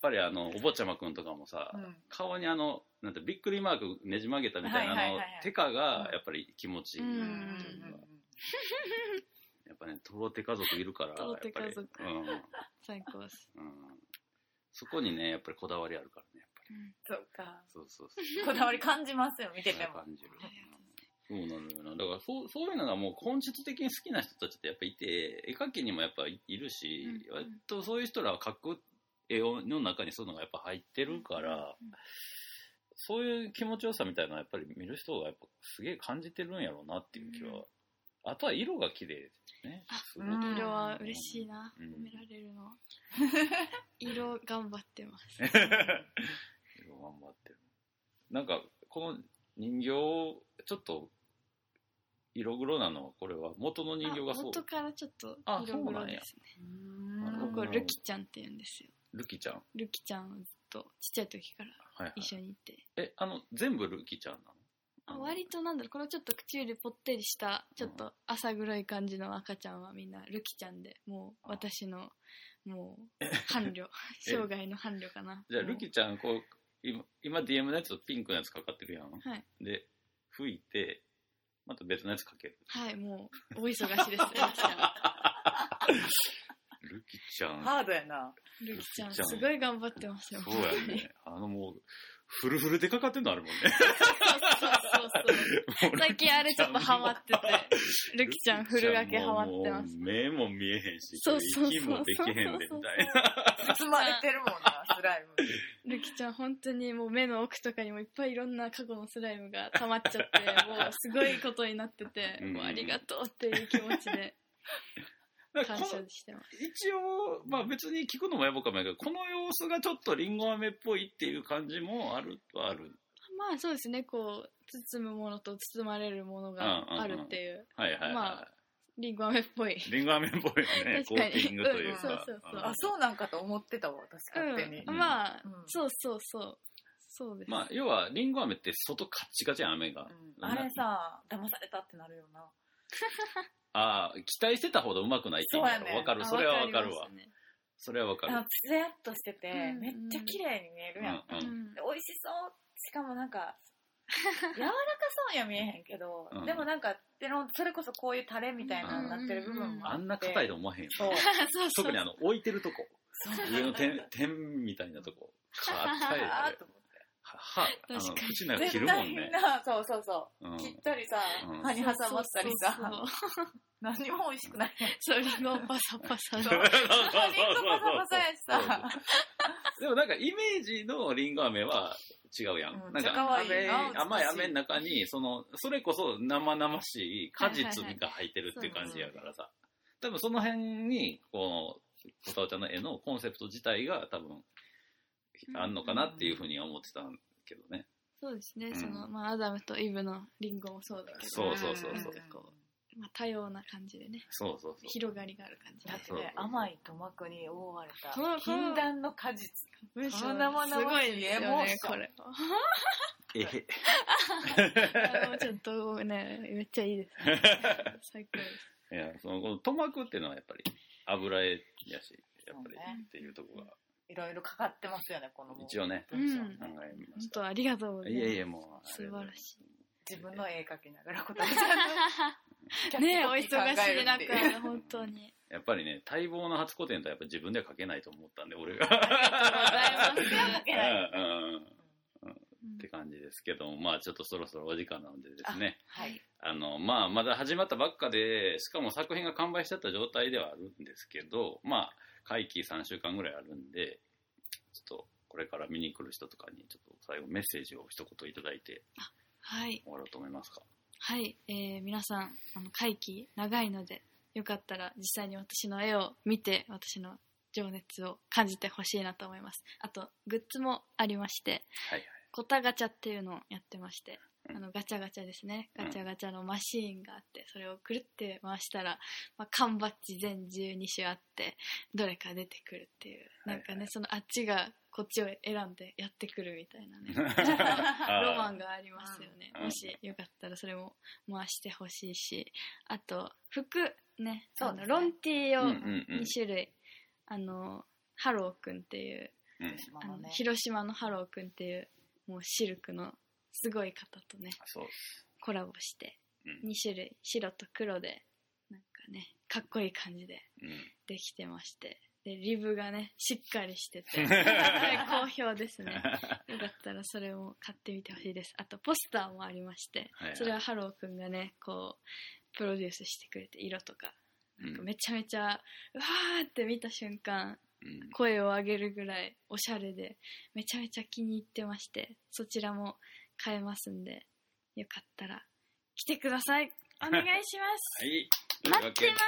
B: ぱりあのお坊ちゃまくんとかもさ、
A: うん
B: 顔にあのなんてびっくりマークねじ曲げたみたい
A: は
B: な、
A: いはい
B: あの
A: はいはい
B: テカがやっぱり気持ちいい、
C: うん
A: うんうん
B: やっぱねトロテカ族いるから
C: トロテカ
B: やっぱ
C: 族
B: り、
C: 最高です
B: うんうん、そこにねやっぱりこだわりあるからね
A: そ
B: やっぱり
A: うか
B: そうそうそう
A: こだわり感じますよ見て
B: それ
A: て
B: は
A: も
B: 感じる
C: ありがとうご
B: そう
C: ざいます
B: なのよな。だからそう、そういうのがもう本質的に好きな人たちってやっぱいて、絵描きにもやっぱいるし、
C: うんうん
B: 割とそういう人らは描く絵をの中にそういうのがやっぱ入ってるから、
C: うん
B: そういう気持ちよさみたいなのはやっぱり見る人がやっぱすげえ感じてるんやろうなっていう気は。
C: うん
B: あとは色が綺麗ですね
C: あ。
B: すごい
A: うん
C: 色は嬉しいな、
B: うん
C: 褒められるの [LAUGHS] 色頑張ってます
B: 色頑張ってる。
C: [LAUGHS]
B: なんか、この人形、ちょっと、色黒なのは、これは元 [LAUGHS] の人形が
C: あ
B: そう。
C: 元からちょっと
B: あ
C: 色
B: そうな
C: 黒
B: んや
C: ですね
B: なるほ
C: こ
B: ど
C: こルキちゃんって言うんですよ
B: ルキちゃん。
C: ルキちゃんはずっとちっちゃい時から
B: はいはい、
C: 一緒にいて、
B: え、あの、全部ルキちゃんなのあ
C: あ
B: の
C: 割となんだろうこのちょっと口よりぽってりしたちょっと浅黒い感じの赤ちゃんはみんなルキちゃんでもう私のもう
B: [LAUGHS]
C: 伴侶生涯の伴侶かな
B: じゃあ、
C: もう
B: ルキちゃん、こう、今、今 DM のやつとピンクのやつかかってるやん。
C: はい
B: で、拭いて、また別のやつかける。
C: はい、もう、お忙し
B: [LAUGHS]
C: いですね。私は
B: ルキちゃん。
A: ハードや
B: [LAUGHS]
A: な。
C: ルキちゃん、すごい頑張ってますよ。
B: そうやね。あのもう、フルフルでかかってんのあるもんね。
C: [LAUGHS] そうそうそうそう。最近あれちょっとハマってて、ルキちゃんフルだけハマってます。
B: もう目も見えへんし、
C: そうそうそう
B: 息もできへんで、みたいな。
A: 包まれてるもんな、スライム。
C: ルキちゃん本当にもう目の奥とかにもいっぱいいろんな過去のスライムが溜まっちゃって、もうすごいことになってて、
B: うん
C: もうありがとうっていう気持ちで
B: だから
C: 感
B: この
C: 謝してます。
B: 一応、まあ別に聞くのもやぼかもやけど、この様子がちょっとリンゴ飴っぽいっていう感じもあるはある。
C: まあそうですね、こう、包むものと包まれるものがあるっていう、
B: はいはいはい。
C: まあリンゴ飴っぽい。
B: リンゴ飴っぽいよね、コ
C: [LAUGHS] 確か
B: ー
C: に
B: ティングというか。
C: うんそうそうそう
A: あ、そうなんかと思ってたわ、私勝手に
C: う。ん、まあ、
A: うん
C: そうそうそう。そうです。
B: まあ、要は、リンゴ飴って外カッチカチやん、飴が。
A: うんあれさ、騙されたってなるよな。
B: ああ、期待してたほどうまくないっていうの
A: そうやね
B: わかる。それはわかるわ。それはわか
A: あの
B: る。
A: つやっとしてて、
C: うん
A: めっちゃ綺麗に見えるやん。
B: うん
C: あわかりますね
B: うん。
A: で美味しそう。しかもなん
B: [LAUGHS]
A: か、柔らかそうには見えへんけど、
B: うん
A: でもなんか、でのそれこそこういうタレみたいなのになってる部分もあって。
B: あんな硬いと思わへんよ。
A: そう。
C: そうそう
B: [LAUGHS] 特にあの、置いてるとこ。
A: そう
B: 上の点、点みたいなとこ。硬いよ
A: あ
B: あ
A: ー
B: れ
A: っと思って
B: 歯、あの、
C: 確かに
B: 口の中切
A: 絶
B: るも
A: 対
B: ん
A: みん
B: ね。
A: な、そうそうそう。
B: うん。
A: 切ったりさ、
B: うん
A: 歯に挟まったりさ、
C: そうそう
A: 何も美味しくない。
C: [LAUGHS] そうそうリンゴパサパサの。
B: そうそう
A: 歯にパサパサやしさ、
B: でもなんかイメージのリンゴ飴は違うやん。
A: うん
B: なん
A: じゃ
B: か
A: あ可愛いな美
B: 飴
A: しい
B: 甘い飴の中に、その、それこそ生々しい果実が入ってるっていう感じやからさ。多分その辺に、この、小沢ちゃんの絵のコンセプト自体が多分、あんのかなっていうふうには思ってたんけどね。
C: [LAUGHS] そうですね、
B: うん
C: その、まあ、アダムとイブのリンゴもそうだけど。
B: そうそうそう
C: なん
B: そう
C: かこう、まあ、多様な感じでね、
B: そうそうそう。
C: 広がりがある感じ
A: だ
C: で
A: っ。て
B: そうそう
A: ね、甘い塗膜に覆われた
C: そう、そう
A: 禁断の果実。
C: 文
A: 章がすごいですよね
C: これ。
B: えへ。
C: あのちょっとね、めっちゃいいです、ね。最高です。
B: いや、その、この塗膜っていうのはやっぱり油絵やし、やっぱり
A: そうね
B: っていうところが
A: いろいろかかってますよね、この
B: 一応ね、
A: 文章
C: うん
B: 考えまし
C: 本
B: た。
C: 当ありがとうござい
B: い
C: ます。
B: やいや、もう。
C: 素晴らし
A: 自分の絵描きながら答えちゃう
C: い。 [LAUGHS] ねお忙しい
A: な
C: 中
A: ん、
C: 本当に。
B: やっぱりね、待望の初個展とはやっぱ自分では書けないと思ったんで、俺が。
C: ありがとうございま
B: [LAUGHS]
C: す。
B: うん
C: [LAUGHS]
B: うんうん
C: う
B: っ
C: ん
B: て感じですけども、まあちょっとそろそろお時間なのでですね、
A: は
C: はいい。
B: あの、まあまだ始まったばっかで、しかも作品が完売しちゃった状態ではあるんですけど、まあ、会期3週間ぐらいあるんで、ちょっとこれから見に来る人とかに、ちょっと最後メッセージを一言いただいて
C: はい。
B: 終わろうと思いますか。
C: はい、えー皆さん、あの会期長いので、よかったら実際に私の絵を見て、私の情熱を感じてほしいなと思います。あと、グッズもありまして、
B: はいはい。
C: コタガチャっていうのをやってまして、
B: うん
C: あのガチャガチャですね。ガチャガチャのマシーンがあって、それをくるって回したら、まあ、缶バッジ全12種あって、どれか出てくるっていう。なんかね、
B: はいは
C: そのあっちがこっちを選んでやってくるみたいな
B: [LAUGHS]
C: ね。ロマンがありますよね
B: う。ん
C: もしよかったらそれも回してほしいし、あと服ね、
A: そう
C: あの
A: ですね
C: ロンティー
B: うん
C: を
B: うんうん
C: 2種類、あのハローくんっていう、
B: うん
A: ま
C: あ
A: あ
C: の
A: ね
C: 広島のハローくんっていうもうシルクのすごい方とね
B: そうです。
C: コラボして、
B: う
C: 2種類白と黒でなんかねかっこいい感じで
B: うん
C: できてまして。で、リブがね、しっかりしてて、
B: [LAUGHS]
C: すごい好評ですね。よかったらそれも買ってみてほしいです。あと、ポスターもありまして、
B: はいはい
C: それはハローくんがね、こう、プロデュースしてくれて、色とか。なんか
B: うん
C: めちゃめちゃ、うわーって見た瞬間、
B: うん
C: 声を上げるぐらいおしゃれで、めちゃめちゃ気に入ってまして、そちらも買えますんで、よかったら来てください。お願いします。
B: はい。
C: 待ってます。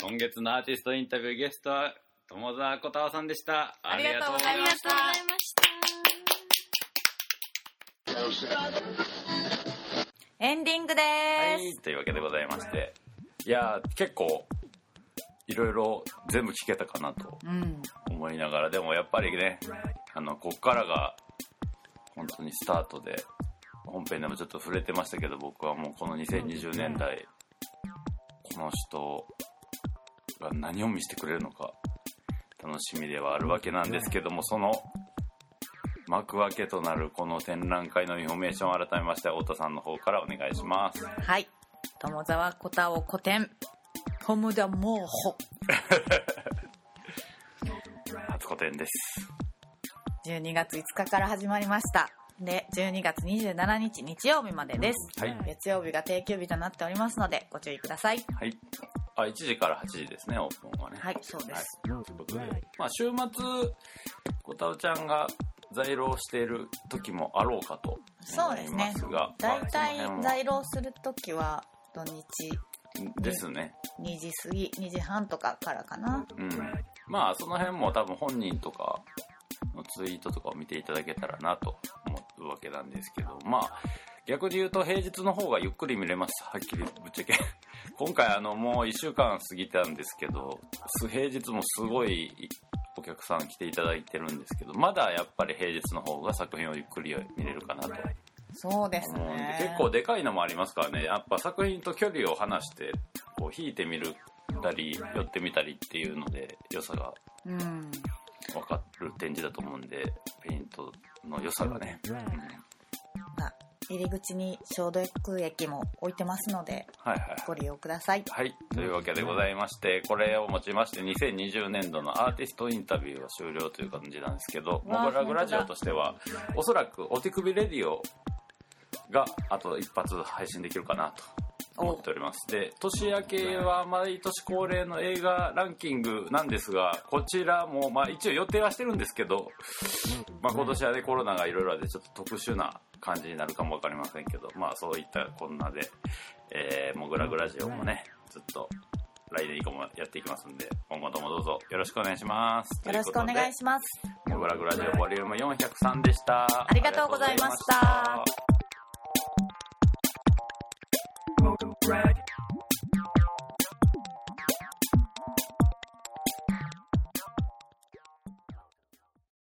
B: 今月のアーティストインタビューゲストは、友沢小太郎さんでした。
A: ありがとうござ
C: あ
A: い
C: り
A: ま
C: が
A: す
C: とうございました。
A: エンディングでーす。
B: はい、というわけでございましていやー結構いろいろ全部聞けたかなと
A: うん。
B: 思いながらでもやっぱりねあのこっからが本当にスタートで本編でもちょっと触れてましたけど僕はもうこの2020年代この人が何を見せてくれるのか楽しみではあるわけなんですけどもその、ま幕開けとなるこの展覧会のインフォメーション改めまして太田さんの方からお願いします
A: はい。友沢こたお古典。ホムダモーホ。
B: 初個展です
A: 12月5日から始まりました。で、12月27日日曜日までです。
B: はい
A: 月曜日が定休日となっておりますので、ご注意ください。
B: はいあ1時から8時ですねオープンはね
A: はい、そうです。
B: はい、ということで、まあ、週末小太郎ちゃんが在廊している時もあろうかと
A: そうですね
B: 思いますが
A: 大体
B: まあその辺は
A: 在廊するときは土日
B: ですね
A: 2時過ぎ2時半とかからかな
B: うんまあその辺も多分本人とかのツイートとかを見ていただけたらなと思うわけなんですけどまあ逆に言うと平日の方がゆっくり見れますはっきりぶっちゃけ今回あのもう1週間過ぎたんですけどす平日もすごいお客さん来ていただいてるんですけどまだやっぱり平日の方が作品をゆっくり見れるかなと
A: そうです
B: 思うんで
A: ね
B: 結構でかいのもありますからねやっぱ作品と距離を離してこう引いてみるたり寄ってみたりっていうので良さが
A: うん
B: 分かる展示だと思うんでペイントの良さがね、うんはい
A: まあ入り口に消毒液も置いてますので
B: はい
A: ご利用ください
B: はいというわけでございましてこれをもちまして2020年度のアーティストインタビューは終了という感じなんですけど
A: うわー
B: モグラグラジオ
A: 本当
B: としてはおそらくお手首レディオがあと一発配信できるかなと思っておりますで年明けは毎年恒例の映画ランキングなんですがこちらもまあ一応予定はしてるんですけど、まあ、今年はねコロナがいろいろあってちょっと特殊な感じになるかも分かりませんけどまあそういったこんなで「えー、もぐらぐラジオ」もねずっと来年以降もやっていきますんで今後ともどうぞよろしくお願いします
A: よろしくお願い
B: す
A: します
B: もぐらぐラジオボリューム403でしたあ
A: りがとうございました
B: りがとうございました